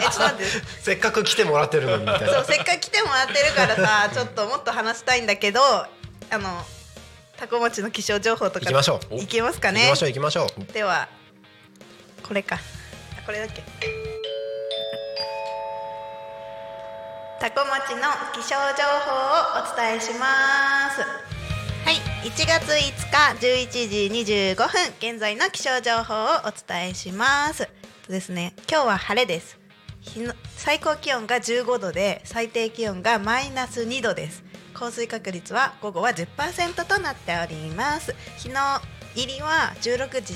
Speaker 3: え、ちょっと待って。
Speaker 4: せっかく来てもらってるのにみたい
Speaker 3: そ
Speaker 4: な
Speaker 3: うせっかく来てもらってるからさ、ちょっともっと話したいんだけど、あのタコ町の気象情報とか
Speaker 4: 行きましょう
Speaker 3: 行けますか
Speaker 4: 行
Speaker 3: ね
Speaker 4: きましょう行きましょう
Speaker 3: ではこれかあこれだっけタコ町の気象情報をお伝えしますはい1月5日11時25分現在の気象情報をお伝えしますとですね今日は晴れです日の最高気温が15度で最低気温がマイナス2度です降水確率は午後は10%となっております日の入りは16時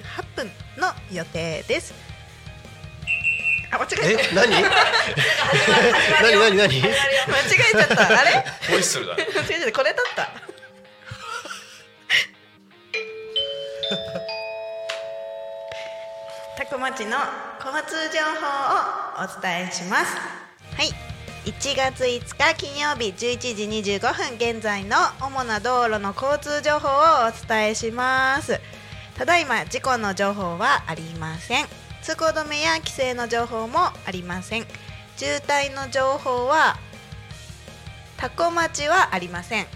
Speaker 3: 38分の予定ですあ間違え
Speaker 4: え
Speaker 3: た
Speaker 4: 何 [LAUGHS] 何何何 [LAUGHS]
Speaker 3: 間違えちゃったあれ
Speaker 5: ホイッスルだね
Speaker 3: 間違えちゃったこれだったタコ町の交通情報をお伝えしますはい1月5日金曜日11時25分現在の主な道路の交通情報をお伝えしますただいま事故の情報はありません通行止めや規制の情報もありません渋滞の情報はタコ町はありません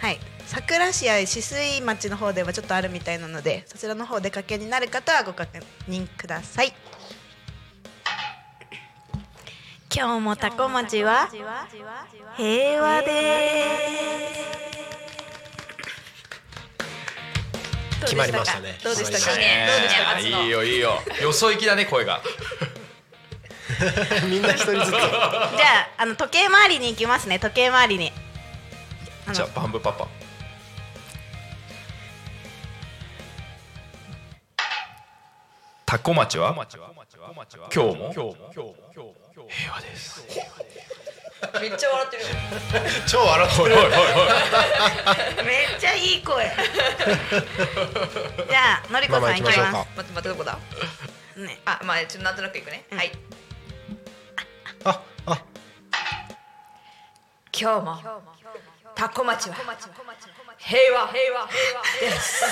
Speaker 3: はい桜市や止水町の方ではちょっとあるみたいなのでそちらの方お出かけになる方はご確認ください今日もタコ町は平和です
Speaker 4: 決まりましたね
Speaker 3: どうでした
Speaker 4: 決
Speaker 3: か
Speaker 4: まりましたね
Speaker 1: どうでしたか初の
Speaker 5: いいよいいよよそ行きだね声が
Speaker 4: みんな一人ずつ
Speaker 3: じゃああの時計回りに行きますね時計回りにあの
Speaker 5: じゃあバンブーパパタコ町は今日も平和です
Speaker 1: めっちゃ笑ってるよ
Speaker 4: 超笑って
Speaker 5: おいおいおいお
Speaker 3: めっちゃいい声じゃあのりこ
Speaker 4: まあまあ
Speaker 3: さん
Speaker 4: 行き
Speaker 3: 行き
Speaker 4: まし
Speaker 3: ます
Speaker 4: ょうか
Speaker 1: 待って待ってどこだ
Speaker 3: ね
Speaker 1: あまあちょっとなんとなくいくね、はい
Speaker 4: ああ
Speaker 1: 今日もタコ町は平和平和平和です
Speaker 5: い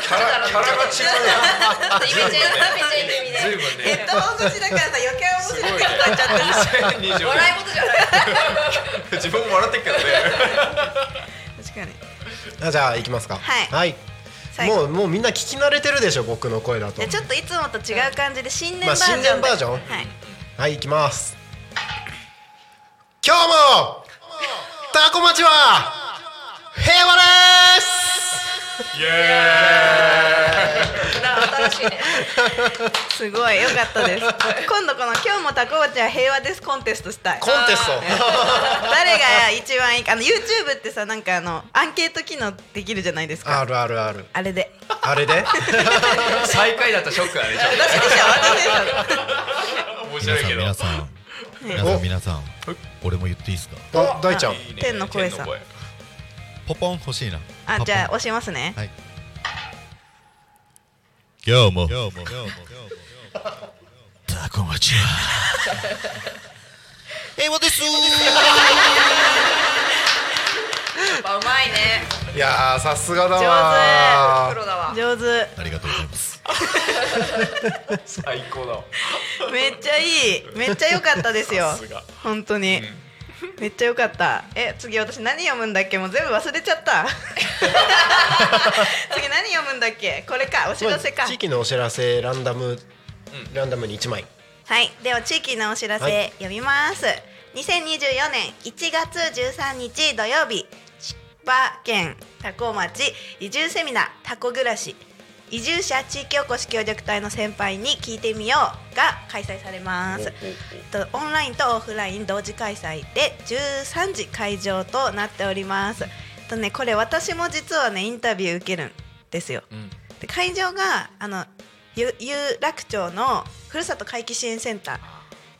Speaker 5: キャラキャラが違
Speaker 1: ちょっとイメチェンイメチェンって意
Speaker 3: ヘ
Speaker 5: うよ随分
Speaker 1: 味で
Speaker 5: ね
Speaker 3: ッドホン越しだからさ余計面
Speaker 5: す
Speaker 3: 白い
Speaker 5: ごいね2020
Speaker 1: 笑い事じ
Speaker 5: 年自
Speaker 1: ゃない
Speaker 5: 分も笑ってっからね
Speaker 3: [LAUGHS] 確かに
Speaker 4: あじゃあ行きますか
Speaker 3: はい最後
Speaker 4: もうもうみんな聞き慣れてるでしょ僕の声だと
Speaker 3: じゃあちょっといつもと違う感じで新年
Speaker 4: まあ
Speaker 3: バ
Speaker 4: 新
Speaker 3: ージョンで、
Speaker 4: 年バージョン
Speaker 3: はい
Speaker 4: はい行きます今日もタコ町は平和です
Speaker 5: イエ
Speaker 1: 新しいね
Speaker 3: すごい良かった
Speaker 4: [LAUGHS]
Speaker 3: です今度この「今日もタコ町は平和です」コンテストしたい
Speaker 4: コンテスト
Speaker 3: 誰が一番いいかあの YouTube ってさなんかあのアンケート機能できるじゃないですか
Speaker 4: あ
Speaker 3: あ
Speaker 4: るあるある
Speaker 3: れで
Speaker 4: あれで
Speaker 5: ーイ最下位だったらショックだねちょっ
Speaker 3: 私でしょ私でしょ
Speaker 5: と面白い
Speaker 2: 皆
Speaker 5: けど
Speaker 2: さん皆さん皆さん皆さん俺も言っていいですか
Speaker 4: あ大ちゃん
Speaker 5: いいね
Speaker 3: 天の声さん
Speaker 5: 天の
Speaker 2: ポポン欲しいな
Speaker 3: あじゃあ押
Speaker 2: し
Speaker 3: しますね
Speaker 2: はい今日もタコ町は平和です
Speaker 1: やっぱうまいね
Speaker 4: いやーさすがだわ
Speaker 1: プロだわ
Speaker 3: 上手
Speaker 2: ありがとうございます
Speaker 5: 最高だわ
Speaker 3: [LAUGHS] めっちゃいいめっちゃ良かったですよ
Speaker 5: さすが
Speaker 3: 本当に、めっちゃ良かったえ次私何読むんだっけもう全部忘れちゃった
Speaker 5: [LAUGHS]
Speaker 3: 次何読むんだっけこれかお知らせか
Speaker 4: 地域のお知らせランダム、ランダムに一枚
Speaker 3: はい、では地域のお知ら
Speaker 4: は
Speaker 3: せ読みます。2024年1月13日土曜日、千葉県多古町移住セミナータコ暮らし移住者地域おこし協力隊の先輩に聞いてみようが開催されます。えっとオンラインとオフライン同時開催で13時会場となっております。えっとね、これ私も実はねインタビュー受けるんですよ。
Speaker 5: うん
Speaker 3: で会場があのゆ有楽町のふるさと回帰支援センター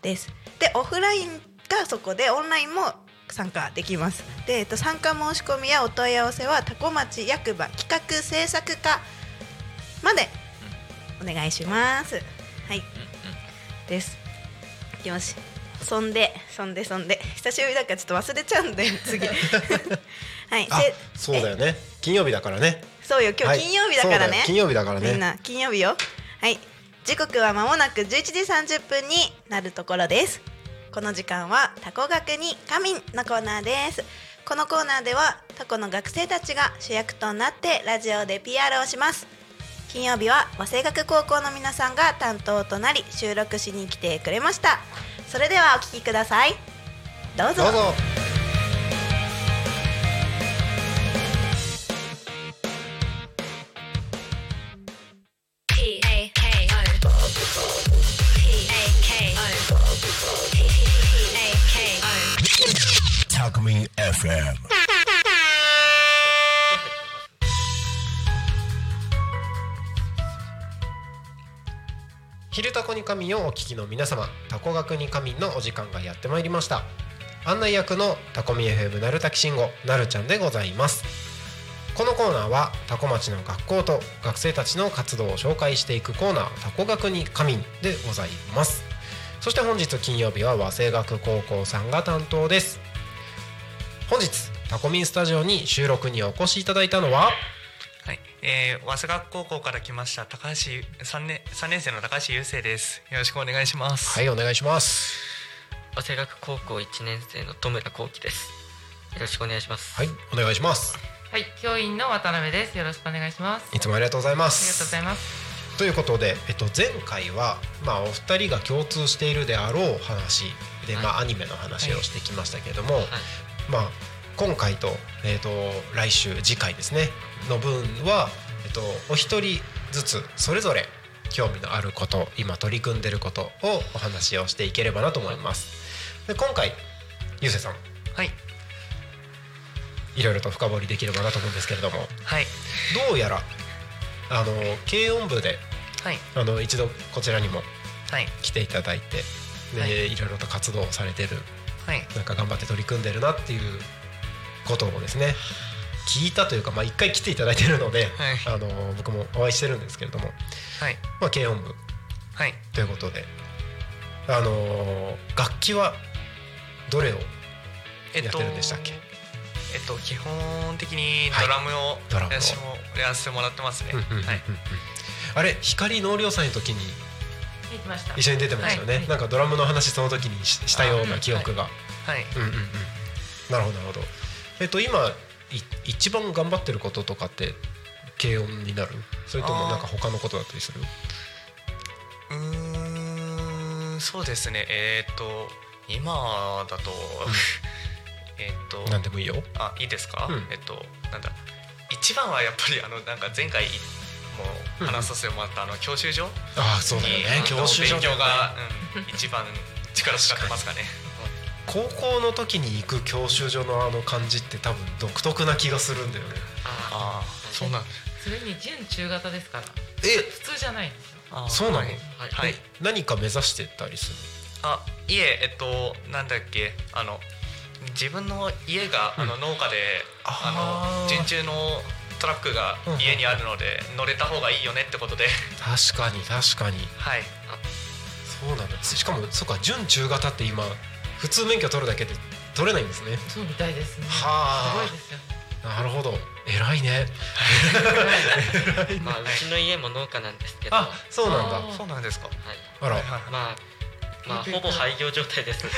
Speaker 3: です。でオフラインがそこでオンラインも参加できます。で、えっと、参加申し込みやお問い合わせはタコ町役場企画制作課までお願いします。はい、です。よし。そんでそんでそんで久しぶりだからちょっと忘れちゃうんだよ
Speaker 4: [LAUGHS]
Speaker 3: 次はい
Speaker 4: あ
Speaker 3: せ
Speaker 4: そうだよね金曜日だからね
Speaker 3: そうよ今
Speaker 4: はい
Speaker 3: 日金曜日だから
Speaker 4: そう
Speaker 3: ね、
Speaker 4: よ金曜日だから
Speaker 3: みん
Speaker 4: ね
Speaker 3: な金曜日よはい時刻は間もなく11時30分になるところですこの時間はタコ学に仮眠のコーナーですこのコーナーではタコの学生たちが主役となってラジオで PR をします金曜日は和製学高校の皆さんが担当となり収録しに来てくれましたそれではお聞きくださいどうぞ
Speaker 4: どうぞ
Speaker 2: タクミン FM
Speaker 4: 昼タコに神をお聞きの皆様タコ学に神のお時間がやってまいりました案内役のタコミ FM なるたきしんごなるちゃんでございますこのコーナーはタコ町の学校と学生たちの活動を紹介していくコーナータコ学に神でございますそして本日金曜日は和製学高校さんが担当です本日タコミンスタジオに収録にお越しいただいたのは
Speaker 7: はい、えー、早稲学高校から来ました高橋三年三年生の高橋優生です。よろしくお願いします。、
Speaker 4: はいいお願いします
Speaker 8: 早稲学高校1年生の戸村幸輝ですよろしくお願いします
Speaker 4: はいお願いします
Speaker 9: はい、教員の渡辺です。よろしくお願いします。
Speaker 4: いつもありがとうございま
Speaker 9: ありがと
Speaker 4: す
Speaker 9: うございます。
Speaker 4: ということで、えっと、前回は、まあ、お二人が共通しているであろう話で、
Speaker 8: はい
Speaker 4: まあ、アニメの話をしてきましたけれども、
Speaker 8: い
Speaker 4: まあ、今回と,、えっと来週次回ですねの分は、えっと、お一人ずつそれぞれ興味のあること今取り組んでいることをお話をしていければなと思います。で今回ゆうせいさん
Speaker 7: はい、
Speaker 4: いろいろと深掘りできればなと思うんですけれども
Speaker 7: はい、
Speaker 4: どうやらあの軽音部で
Speaker 7: はい、
Speaker 4: あの一度こちらにも
Speaker 7: はい、
Speaker 4: 来ていただいてで、、
Speaker 7: はいい
Speaker 4: ろいろと活動をされてる
Speaker 7: はい、
Speaker 4: なんか頑張って取り組んでるなっていうことをですね聞いたというかまあ、一回来ていただいてるので、あの僕もお会いしてるんですけれども、
Speaker 7: はい、
Speaker 4: まあ、軽音部
Speaker 7: はい、
Speaker 4: ということで、あの楽器はどれをやってるんでしたっけ
Speaker 7: えっと基本的にドラムを
Speaker 4: ドラムを
Speaker 7: 私もやらせてもらってますね。
Speaker 4: うんうんうんうん
Speaker 7: はい、
Speaker 4: あれ光納涼祭の時に
Speaker 9: 行きました。
Speaker 4: 一緒に出てましたよね、
Speaker 9: はいはい
Speaker 4: なんかドラムの話その時にししたような記憶が、
Speaker 7: はい、
Speaker 4: うんうんうん、なるほどなるほど。えっと今い一番頑張ってることとかって軽音になる？それとも
Speaker 7: あー
Speaker 4: なんか他のことだったりする？
Speaker 7: うーん、そうですね。えーっと今だと、 [LAUGHS] えーっと
Speaker 4: なんでもいいよ。
Speaker 7: あいいですか、
Speaker 4: うん
Speaker 7: えっとなんだ一番はやっぱりあのなんか前回もう話させてもらった、あの教習所
Speaker 4: ああそうだよね
Speaker 7: に。
Speaker 4: 教習所
Speaker 7: 勉強が、うん、一番力使ってますかね
Speaker 4: 高校の時に行く教習所のあの感じって多分独特な気がするんだよね。
Speaker 7: [LAUGHS] ああそうなん
Speaker 9: それに準中型ですから。
Speaker 4: え、
Speaker 9: 普通じゃないんですよ。
Speaker 7: あー
Speaker 4: そうなの
Speaker 7: はい、はい
Speaker 4: で何か目指してったりする？
Speaker 7: あいええっとなんだっけあの自分の家が、あの農家であ
Speaker 4: あー
Speaker 7: の順中のトラックが家にあるので、乗れた方がいいよねってことで [LAUGHS]
Speaker 4: 確かに確かに。
Speaker 7: はい
Speaker 4: そうなの。しかもそうか準中型って今普通免許取るだけで取れないんですね。
Speaker 9: そうみたいですね。すご
Speaker 4: はい
Speaker 9: ですよ。
Speaker 4: あ。なるほど。偉いね。
Speaker 8: まあうちの家も農家なんですけど
Speaker 4: あ、そうなんだ
Speaker 9: あ。ー
Speaker 7: そうなんですか
Speaker 8: はい
Speaker 4: あら
Speaker 7: はい。はい
Speaker 8: まあまあほぼ廃業状態です
Speaker 7: [LAUGHS]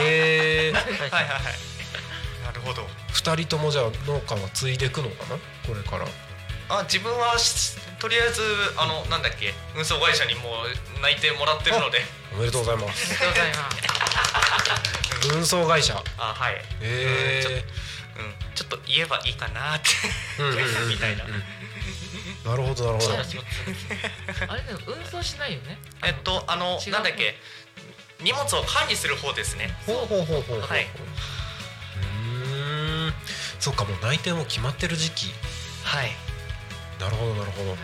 Speaker 4: へえ。
Speaker 8: はい
Speaker 7: はいはいはいなるほど
Speaker 4: 二人ともじゃあ農家は継いでいくのかなこれから
Speaker 7: あ自分はしとりあえずあのなんだっけ運送会社にもう内定もらってるので
Speaker 4: おめでとうございま
Speaker 9: あ
Speaker 4: す
Speaker 9: りがとうございます。
Speaker 4: 運送会社
Speaker 7: [LAUGHS] あはい、
Speaker 4: へえ
Speaker 7: うん、ちょっと言えばいいかなって
Speaker 4: うんうんうん
Speaker 7: みたいな
Speaker 4: なるほどなるほど
Speaker 8: 私も
Speaker 9: あれでも運送しないよね。
Speaker 7: えっとあの
Speaker 9: 違う
Speaker 7: なんだっけ荷物を管理する方ですね
Speaker 4: ほうほうほうほうほう
Speaker 7: はいう
Speaker 4: ーんそっかもう内定も決まってる時期
Speaker 7: はい
Speaker 4: なるほどなるほど
Speaker 9: はい。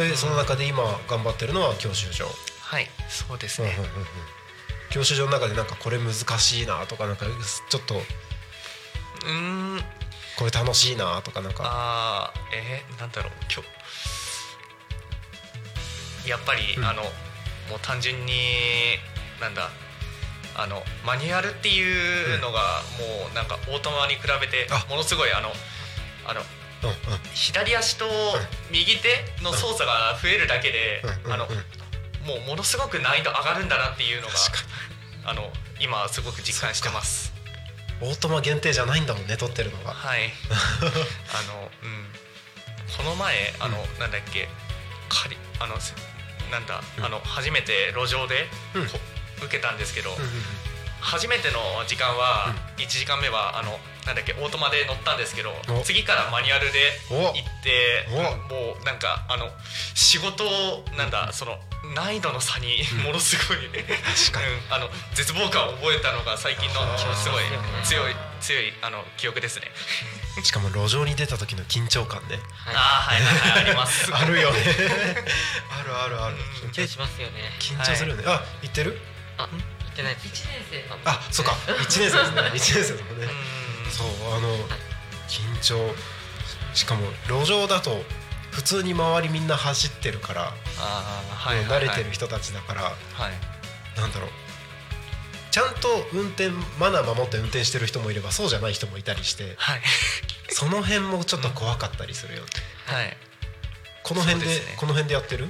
Speaker 4: [LAUGHS] でその中で今頑張ってるのは教習所
Speaker 7: はいそうですね、
Speaker 4: 教習所の中でなんかこれ難しいなとかなんかちょっと
Speaker 7: うーん
Speaker 4: これ楽しいなとかなんか
Speaker 7: あーえー、なんだろう今日やっぱり、
Speaker 4: うん
Speaker 7: あのもう単純になんだあのマニュアルっていうのがもうなんかオートマに比べてものすごいあのあの左足と右手の操作が増えるだけであのもうものすごく難易度上がるんだなっていうのがあの今すごく実感してます。
Speaker 4: オートマ限定じゃないんだもんね撮ってるのが
Speaker 7: はいあの、うん、この前あの、なんだっけかりあのせなんだ、あの初めて路上で、こ受けたんですけど、初めての時間は、1時間目はあのなんだっけオートマで乗ったんですけど
Speaker 4: お
Speaker 7: 次からマニュアルで行って
Speaker 4: お
Speaker 7: もうなんかあの仕事をなんだその難易度の差に [LAUGHS] ものすごい、うんあの絶望感を覚えたのが最近のすごい強い強いあの記憶ですね。
Speaker 4: しかも路上に出た時の緊張感ね
Speaker 7: あーはい [LAUGHS] はい [LAUGHS] はいあります
Speaker 4: [LAUGHS] あるよねあるあるある
Speaker 8: 緊張しますよね
Speaker 4: 緊張するよね、あ行ってる
Speaker 8: あ行ってないです
Speaker 9: 一年生の
Speaker 4: あそっか一年生ですね一年生だもんねそうあの緊張しかも路上だと普通に周りみんな走ってるから
Speaker 7: あーはいはいは
Speaker 4: 慣
Speaker 7: い
Speaker 4: れてる人たちだから
Speaker 7: はい
Speaker 4: なんだろうちゃんと運転マナー守って運転してる人もいればそうじゃない人もいたりして、その辺もちょっと怖かったりするよね、
Speaker 7: はい
Speaker 4: この辺で
Speaker 7: そうですね
Speaker 4: この辺でやってる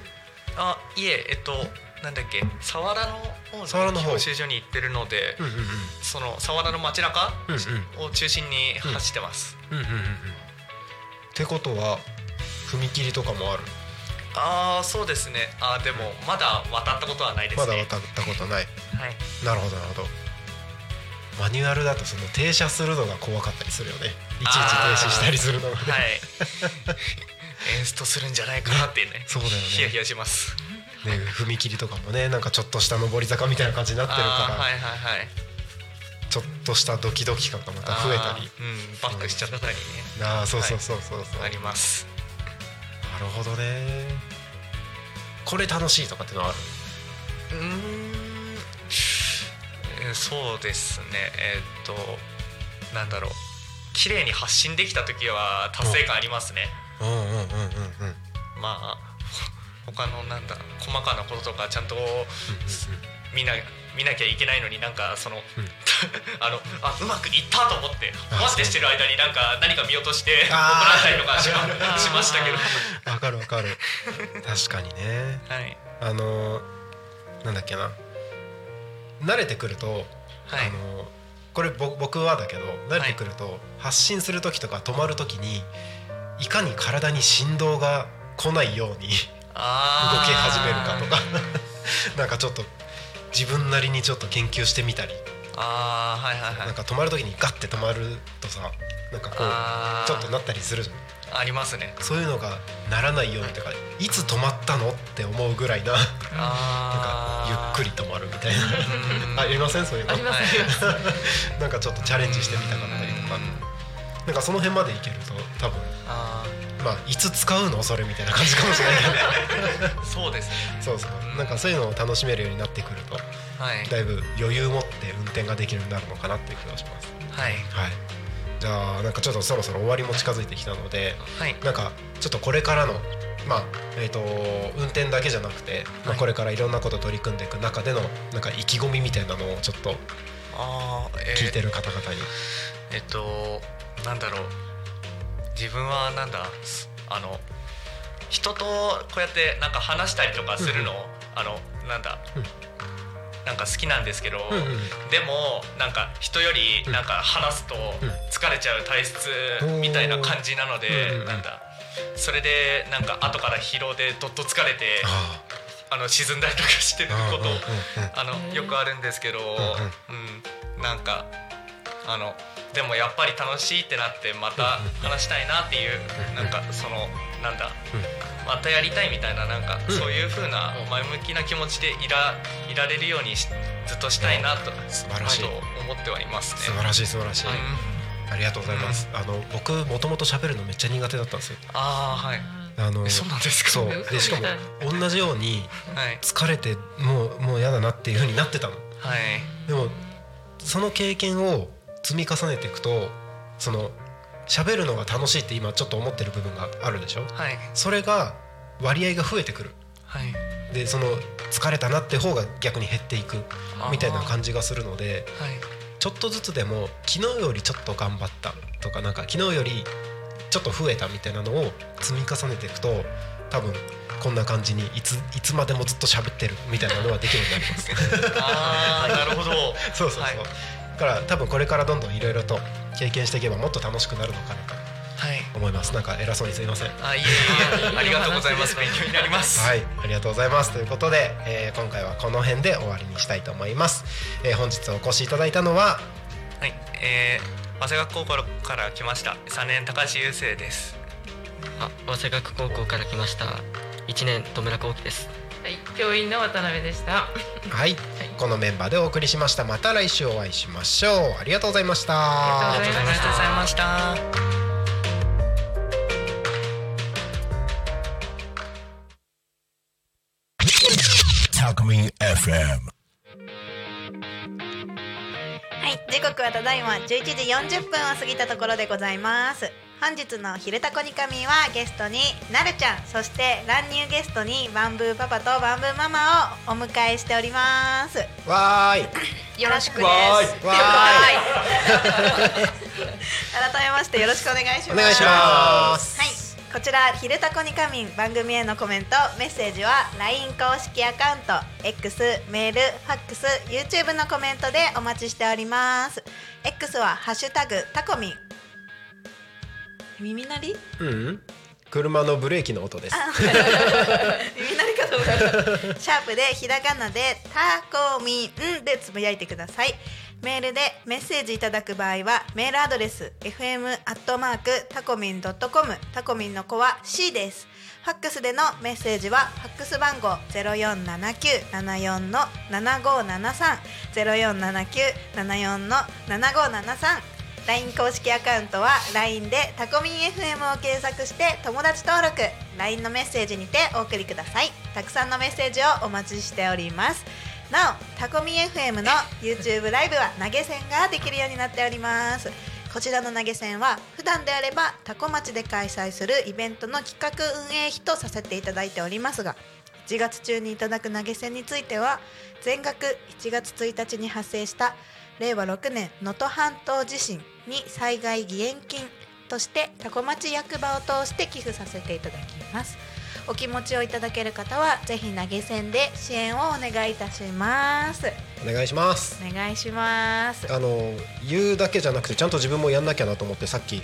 Speaker 7: あいええっとなんだっけ佐原の方
Speaker 4: 佐原の方
Speaker 7: 教習所に行ってるので、
Speaker 4: うんうんうん
Speaker 7: その佐原の街中
Speaker 4: うんうん
Speaker 7: を中心に走ってます、
Speaker 4: うんうんうんうんってことは踏切とかもある
Speaker 7: ああそうですねあーでもまだ渡ったことはないです
Speaker 4: ま
Speaker 7: ね
Speaker 4: だ渡ったことない
Speaker 7: はい
Speaker 4: なるほどなるほどマニュアルだとその停車するのが怖かったりするよねいちいち停止したりするのがね
Speaker 7: あーはいエンストするんじゃないかなってね
Speaker 4: そうだよね
Speaker 7: ヒヤヒヤします
Speaker 4: ね踏切とかもねなんかちょっとした上り坂みたいな感じになってる
Speaker 7: あ
Speaker 4: か
Speaker 7: ー
Speaker 4: ら、
Speaker 7: はいはいはい
Speaker 4: ちょっとしたドキドキ感がまた増えたり
Speaker 7: あーうんバックしちゃったりね
Speaker 4: あーそうそうそうそうそう、
Speaker 7: あります
Speaker 4: なるほどねこれ楽しいとかってのはある
Speaker 7: うーんえーそうですねえーっとなんだろう綺麗に発信できた時は達成感ありますね
Speaker 4: うんうんうんうんうん
Speaker 7: まあほ他のなんだ細かなこととかちゃんと見な見なきゃいけないのになんかその、 [LAUGHS] あのあうまくいったと思って
Speaker 4: あ
Speaker 7: ふわってしてる間になんか何か見落として怒
Speaker 4: あ
Speaker 7: ら
Speaker 4: ー
Speaker 7: れたりとかしま
Speaker 4: あー
Speaker 7: しましたけど
Speaker 4: わかるわかる確かにね
Speaker 7: はい
Speaker 4: あのーなんだっけな慣れてくると、あのーこれぼ僕はだけど慣れてくると、発信する時とか止まる時にいかに体に振動が来ないように動き
Speaker 7: あー
Speaker 4: 始めるかとか [LAUGHS] なんかちょっと自分なりにちょっと研究してみたり
Speaker 7: あーはいはいはい
Speaker 4: なんか止まる時にガッて止まるとさなんかこ
Speaker 7: あー
Speaker 4: うちょっとなったりするじゃん
Speaker 7: ありますね
Speaker 4: そういうのがならないようにとかいつ止まったのって思うぐらいななんかゆっくり止まるみたいなありませんそういうの
Speaker 9: ありますあります
Speaker 4: なんかちょっとチャレンジしてみたかったりとかなんかその辺までいけると多分
Speaker 7: あ
Speaker 4: まあいつ使うのそれみたいな感じかもしれないけど
Speaker 7: ーそうですね
Speaker 4: そうそうなんかそういうのを楽しめるようになってくると
Speaker 7: はい
Speaker 4: だいぶ余裕持って運転ができるようになるのかなっていう気がします
Speaker 7: はい
Speaker 4: はいじゃあなんかちょっとそろそろ終わりも近づいてきたので
Speaker 7: はい
Speaker 4: なんかちょっとこれからのまあえー、と運転だけじゃなくて、まあ、これからいろんなこと取り組んでいく中でのなんか意気込みみたいなのをちょっと
Speaker 7: あーえー
Speaker 4: 聞いてる方々に、
Speaker 7: えっとなんだろう自分はなんだすあの人とこうやってなんか話したりとかするの、
Speaker 4: うんうん
Speaker 7: あのなんだ、
Speaker 4: うん
Speaker 7: なんか好きなんですけど、
Speaker 4: うんうん
Speaker 7: でもなんか人よりなんか話すと疲れちゃう体質みたいな感じなので、
Speaker 4: うんうん
Speaker 7: なんだそれでなんか後から疲労でどっと疲れて
Speaker 4: あ
Speaker 7: の沈んだりとかしてることあのよくあるんですけど、うん、なんかあのでもやっぱり楽しいってなってまた話したいなっていうなんかそのなんだまたやりたいみたいななんかそういう風な前向きな気持ちでいらいられるようにしずっとしたいなと素
Speaker 4: 晴らしい
Speaker 7: 思ってはいますね。
Speaker 4: 素晴らしい素晴らしい、ありがとうございます、あの僕もともと喋るのめっちゃ苦手だったんですよ
Speaker 7: ああはい。
Speaker 4: あの
Speaker 7: えそうなんですか
Speaker 4: そう
Speaker 7: 嘘
Speaker 4: でしかも
Speaker 7: みたい
Speaker 4: 同じように
Speaker 7: はい
Speaker 4: 疲れてもうもう嫌だなっていう風になってたの
Speaker 7: はい。
Speaker 4: でもその経験を積み重ねていくとその喋るのが楽しいって今ちょっと思ってる部分があるでしょ、
Speaker 7: はい
Speaker 4: それが割合が増えてくる
Speaker 7: はい。
Speaker 4: でその疲れたなって方が逆に減っていくみたいな感じがするので、 [LAUGHS] ちょっとずつでも昨日よりちょっと頑張ったとかなんか昨日よりちょっと増えたみたいなのを積み重ねていくと多分こんな感じにいついつまでもずっと喋ってるみたいなのはできるようになります。
Speaker 7: あーなるほど
Speaker 4: そうそうそう。だから多分これからどんどんいろいろと経験していけばもっと楽しくなるのかなと思います。なんか偉そうにすいません。
Speaker 7: あいえいえありがとうございます勉強になります
Speaker 4: はい、ありがとうございます。ということで、えー今回はこの辺で終わりにしたいと思います。えー本日お越しいただいたのは
Speaker 7: はいえー、早稲学高校から来ました3年高橋優生です
Speaker 8: あ早稲学高校から来ました1年戸村幸輝です
Speaker 9: 教員の渡辺でした。
Speaker 4: はい、このメンバーでお送りしました。また来週お会いしましょう。ありがとうございました。
Speaker 7: ありがとうございました
Speaker 10: タコミン FM
Speaker 3: はい、時刻はただいま11時40分を過ぎたところでございます。本日の「昼タコニカミ」はゲストになるちゃんそして乱入ゲストにバンブーパパとバンブーママをお迎えしております
Speaker 4: わーい
Speaker 3: よろしくです
Speaker 4: わーいわ
Speaker 3: 改めましてよろしくお願いします
Speaker 4: お願いします
Speaker 3: はいこちら「ひるたこにかみん」番組へのコメントメッセージは LINE 公式アカウント X メールファックス YouTube のコメントでお待ちしております X は「ハッシュタグタコミン」耳鳴り
Speaker 4: うん、車のブレーキの音です。
Speaker 3: 耳鳴りかと思ったシャープでひらがなで「タコミン」でつぶやいてくださいメールでメッセージいただく場合はメールアドレス fm アットマークタコミンドットコムタコミンの子は C ですファックスでのメッセージはファックス番号ゼロ四七九七四の七五七三ゼロ四七九七四の七五七三 LINE 公式アカウントは LINE でタコミン FM を検索して友達登録 LINE のメッセージにてお送りくださいたくさんのメッセージをお待ちしておりますなおタコミン FM の YouTube ライブは投げ銭ができるようになっておりますこちらの投げ銭は普段であればタコ町で開催するイベントの企画運営費とさせていただいておりますが1月中にいただく投げ銭については全額1月1日に発生した令和6年能登半島地震に災害義援金としてタコ町役場を通して寄付させていただきますお気持ちをいただける方はぜひ投げ銭で支援をお願いいたします
Speaker 4: お願いします。
Speaker 3: お願いします
Speaker 4: あの言うだけじゃなくてちゃんと自分もやんなきゃなと思ってさっき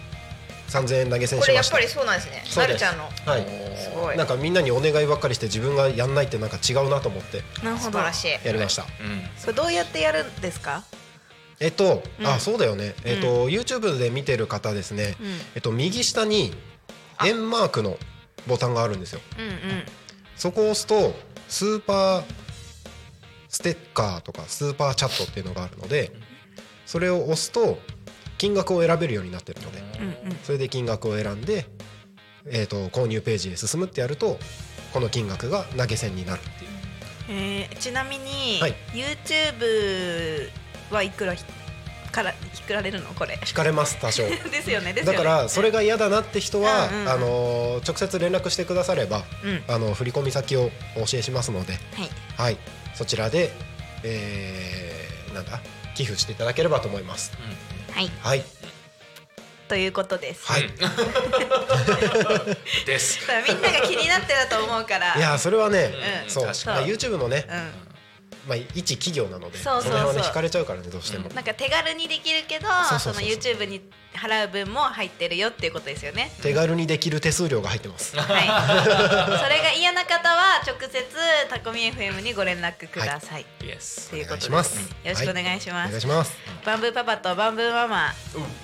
Speaker 4: 三千円投げ銭
Speaker 1: こ
Speaker 4: し
Speaker 1: れや
Speaker 4: ま
Speaker 1: っ
Speaker 4: した
Speaker 1: ぱ。りそうなんですね
Speaker 4: そ
Speaker 1: な
Speaker 4: うで
Speaker 1: る
Speaker 4: す
Speaker 1: ちゃんの
Speaker 4: はい。
Speaker 1: すごい
Speaker 4: なんかみんなにお願いばっかりして自分がやんないってなんか違うなと思って
Speaker 3: なるほ
Speaker 1: 素
Speaker 3: ど
Speaker 1: 晴らしい
Speaker 4: やりました。
Speaker 3: それどうやってやるんですか
Speaker 4: えっと、
Speaker 3: うん
Speaker 4: あそうだよね。えっと、YouTube で見てる方ですね。
Speaker 3: うん
Speaker 4: えっと右下に円マークのボタンがあるんですよ。
Speaker 3: うん
Speaker 4: そこを押すとスーパーステッカーとかスーパーチャットっていうのがあるのでそれを押すと金額を選べるようになってるので
Speaker 3: うんうん
Speaker 4: それで金額を選んで、えー、と購入ページへ進むってやるとこの金額が投げ銭になるっていう
Speaker 3: えーちなみに、
Speaker 4: はい
Speaker 3: YouTube はいくらひから引かられるのこれ [LAUGHS]
Speaker 4: 引かれます多少
Speaker 3: ですよねです
Speaker 4: だ
Speaker 3: よね
Speaker 4: からそれが嫌だなって人は、
Speaker 3: うんうんうん
Speaker 4: あのー直接連絡してくだされば、
Speaker 3: うん
Speaker 4: あの振込先をお教えしますので、
Speaker 3: はい
Speaker 4: はい、そちらで、えーなんだ寄付していただければと思います。
Speaker 3: はい
Speaker 4: はい、
Speaker 3: ということです、
Speaker 4: はい、
Speaker 5: です
Speaker 3: だからみんなが気になってたと思うから
Speaker 4: いやーそれはね、
Speaker 3: うん
Speaker 4: そう、
Speaker 3: 確かに
Speaker 4: まあ YouTube のね、まあ一企業なので、
Speaker 3: そうそうそう
Speaker 4: の辺はね引かれちゃうからねどうしても。
Speaker 3: なんか手軽にできるけど
Speaker 4: そう
Speaker 3: そ
Speaker 4: そうそうそう
Speaker 3: の YouTube に払う分も入ってるよっていうことです
Speaker 4: [LAUGHS]
Speaker 3: よね
Speaker 4: 手軽にできる手数料が入ってます。
Speaker 3: それが嫌な方は直接タコミ FM にご連絡ください、
Speaker 4: イエ
Speaker 3: と
Speaker 4: ス
Speaker 3: いうことです
Speaker 4: お願いします
Speaker 3: よろしくお願いします、
Speaker 4: お願いします。
Speaker 3: バンブーパパとバンブーママ、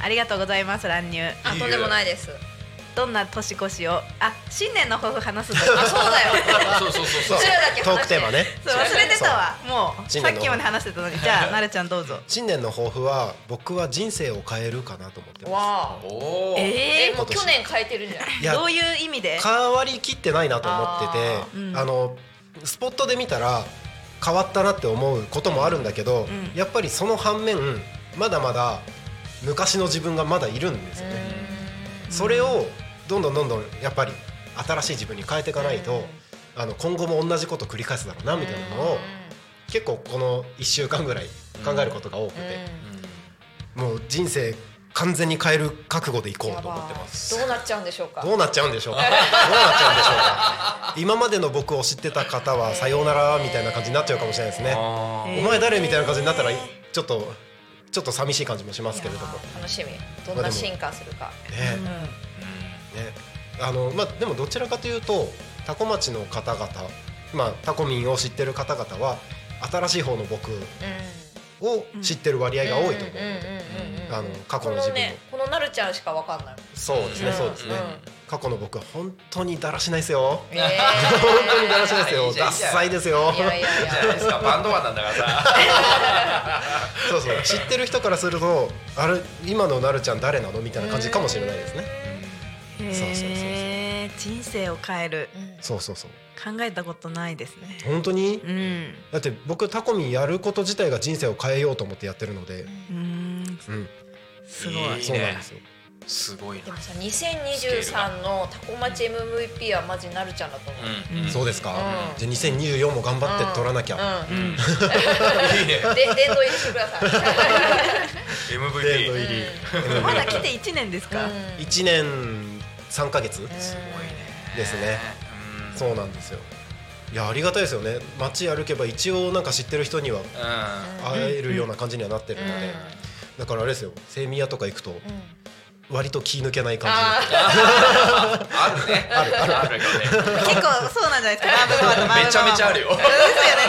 Speaker 3: ありがとうございます乱入
Speaker 1: あとんでもないです
Speaker 3: どんな年越しをあ新年の抱負
Speaker 4: [LAUGHS]
Speaker 3: 話すんだ
Speaker 1: あそうだよ
Speaker 4: そうそうそう
Speaker 3: そううちらだけ話してトークテーマねそう忘れてたわもう
Speaker 4: 新
Speaker 3: さ
Speaker 4: 年
Speaker 3: っ
Speaker 4: の
Speaker 3: きまで話してたのにじゃあなるちゃんどうぞ
Speaker 4: 新年の抱負は僕は人生を変えるかなと思ってます。
Speaker 1: わあ
Speaker 5: [LAUGHS]
Speaker 4: お
Speaker 1: えー、もう去年変えてるんじゃない
Speaker 4: いやどう
Speaker 3: いう意味で
Speaker 4: 変わりきってないなと思ってて
Speaker 1: あ
Speaker 4: あ,、
Speaker 1: ーうん
Speaker 4: のスポットで見たら変わったなって思うこともあるんだけど、
Speaker 3: うん
Speaker 4: やっぱりその反面まだまだ昔の自分がまだいるんですよね。それをどんどんどんどんやっぱり新しい自分に変えていかないとあの今後も同じこと繰り返すだろうなみたいなのを結構この1週間ぐらい考えることが多くてもう人生完全に変える覚悟でいこうと思ってます
Speaker 1: どうなっちゃうんでしょうか
Speaker 4: どうなっちゃうんでしょうかどうなっちゃうんでしょうか今までの僕を知ってた方はさようならみたいな感じになっちゃうかもしれないですねお前誰みたいな感じになったらちょっとちょっと寂しい感じもしますけれども
Speaker 1: 楽しみどんな進化するか、
Speaker 4: まあ、ね,、うんねあのまあ、でもどちらかというとタコ町の方々、まあ、タコミンを知ってる方々は新しい方の僕を知ってる割合が多いと思うのであの過去の自分の
Speaker 1: この,、ね、なるちゃんしか分かんない
Speaker 4: そうですね、そうですね、過去の僕は本当にだらしないですよ、えー、 [LAUGHS] 本当にだらしないですよダッサいですよ
Speaker 5: いやいやいやですかバンドマンなんだからさ
Speaker 4: そうそう知ってる人からするとあれ今のなるちゃん誰なのみたいな [LAUGHS] 感じかもしれないですね
Speaker 3: そうそうそうそう人生を変える、
Speaker 4: そうそうそう
Speaker 3: 考えたことないですね
Speaker 4: 本当に、
Speaker 3: うん、
Speaker 4: だって僕タコミンやること自体が人生を変えようと思ってやってるので
Speaker 3: うん、
Speaker 4: うん、
Speaker 3: すごいいい、ね、
Speaker 4: そうなん [LAUGHS] ですよ
Speaker 5: すごい
Speaker 1: でもさ2023のタコ町 MVP はマジなるちゃんだと思
Speaker 4: う、うん、そうですか、うん、じゃあ2024も頑張って取らなき
Speaker 1: ゃ、うんうん、いいね殿堂入りしてください
Speaker 5: MVP
Speaker 4: 殿堂入り、
Speaker 3: うん、まだ来て1年ですか、うん、
Speaker 4: 1年三ヶ月すごいねですね。そうなんですよ。いやありがたいですよね。街歩けば一応なんか知ってる人には会えるような感じにはなってるので、だからあれですよ。セミヤとか行くと。割と気抜けない感じ。
Speaker 5: あるね。
Speaker 4: あるある。
Speaker 3: 結構そうなんじゃない
Speaker 5: [LAUGHS]
Speaker 3: ですか。
Speaker 5: めちゃめちゃあるよ。
Speaker 3: で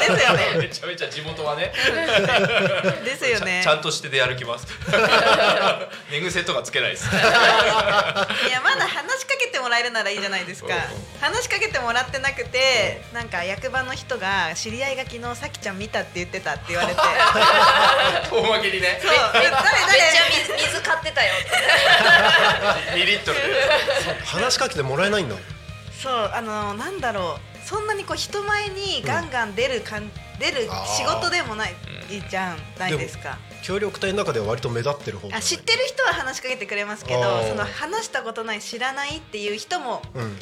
Speaker 3: すよねです
Speaker 5: [LAUGHS]
Speaker 3: よね。
Speaker 5: [LAUGHS] めちゃめちゃ地元はね。
Speaker 3: ですよね。
Speaker 5: ちゃんとしてで歩きます。寝癖とかつけないです。い
Speaker 3: やまだ話しかけてもらえるならいいじゃないですか。話しかけてもらってなくて、なんか役場の人が知り合いが昨日さきちゃん見たって言ってたって言
Speaker 5: [LAUGHS]
Speaker 3: われて。
Speaker 5: 大まけにね。
Speaker 3: そう。誰誰。
Speaker 1: めっちゃ水買ってたよ。
Speaker 5: 2リットル
Speaker 4: 話しかけてもらえないんだ
Speaker 3: そうあのなんだろうそんなにこう人前にガンガン出るかん、出る仕事でもないじゃんないですか
Speaker 4: 協力隊の中では割と目立ってる方
Speaker 3: あ知ってる人は話しかけてくれますけどその話したことない知らないっていう人も、うん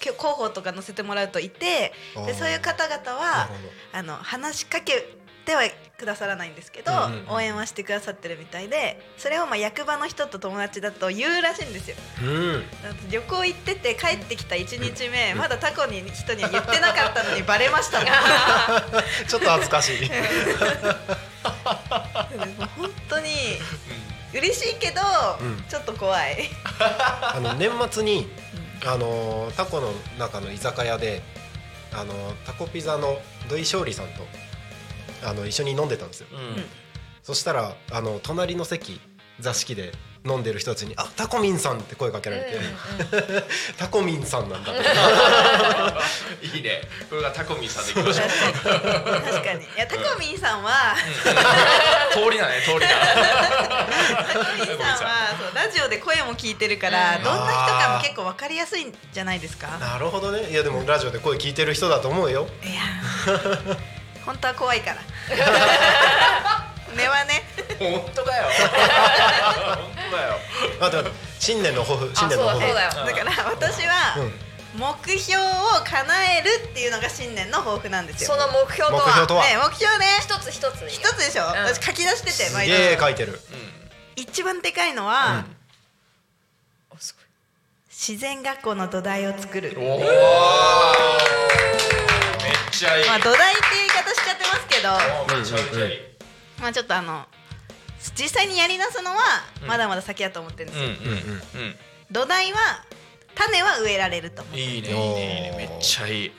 Speaker 3: 広報とか載せてもらうといてでそういう方々はあの話しかけてはくださらないんですけど、応援はしてくださってるみたいでそれをまあ役場の人と友達だと言うらしいんですよ、、
Speaker 4: うん
Speaker 3: 旅行行ってて帰ってきた1日目、まだタコに人には言ってなかったのにバレました [LAUGHS]
Speaker 4: ちょっと恥ずかしい
Speaker 3: 本当に嬉しいけど、うん、ちょっと怖い
Speaker 4: あの年末に、あのタコの中の居酒屋であのタコピザの土井勝利さんとあの一緒に飲んでたんですよ、うん、そしたらあの隣の席座敷で飲んでる人たちに「あタコミンさん」って声かけられて「タコミンさんなんだ」
Speaker 5: いいねこれがタコミンさんでいき
Speaker 3: [LAUGHS]
Speaker 5: ましょう
Speaker 3: 確かにいやタコミンさんは、
Speaker 5: 通りだね通りだ
Speaker 3: タコミンさんはそうラジオで声も聞いてるから、どんな人かも結構分かりやすいんじゃないですか
Speaker 4: なるほどねいやでもラジオで声聞いてる人だと思うよ
Speaker 3: いや本当は怖 [LAUGHS] いから。根はね。
Speaker 5: 本当だよ。本当だよ。
Speaker 4: あと新年の抱負、新年の抱負。
Speaker 3: だから私は。目標を叶えるっていうのが新年の抱負なんですよ。
Speaker 1: その目標とは。
Speaker 4: 目標とは。
Speaker 3: ね、目標ね。
Speaker 1: 一つ一つ。
Speaker 3: 一つでしょ。私書き出してて
Speaker 4: 毎日。ええ書いてる。
Speaker 3: 一番でかいのは。自然学校の土台を作る。
Speaker 5: おお。
Speaker 3: まあ土台っていう言い方しちゃってますけどまあちょっとあの実際にやり出すのはまだまだ先だと思ってるんですよ土台は種は植えられると
Speaker 5: いいねいいねめっちゃいい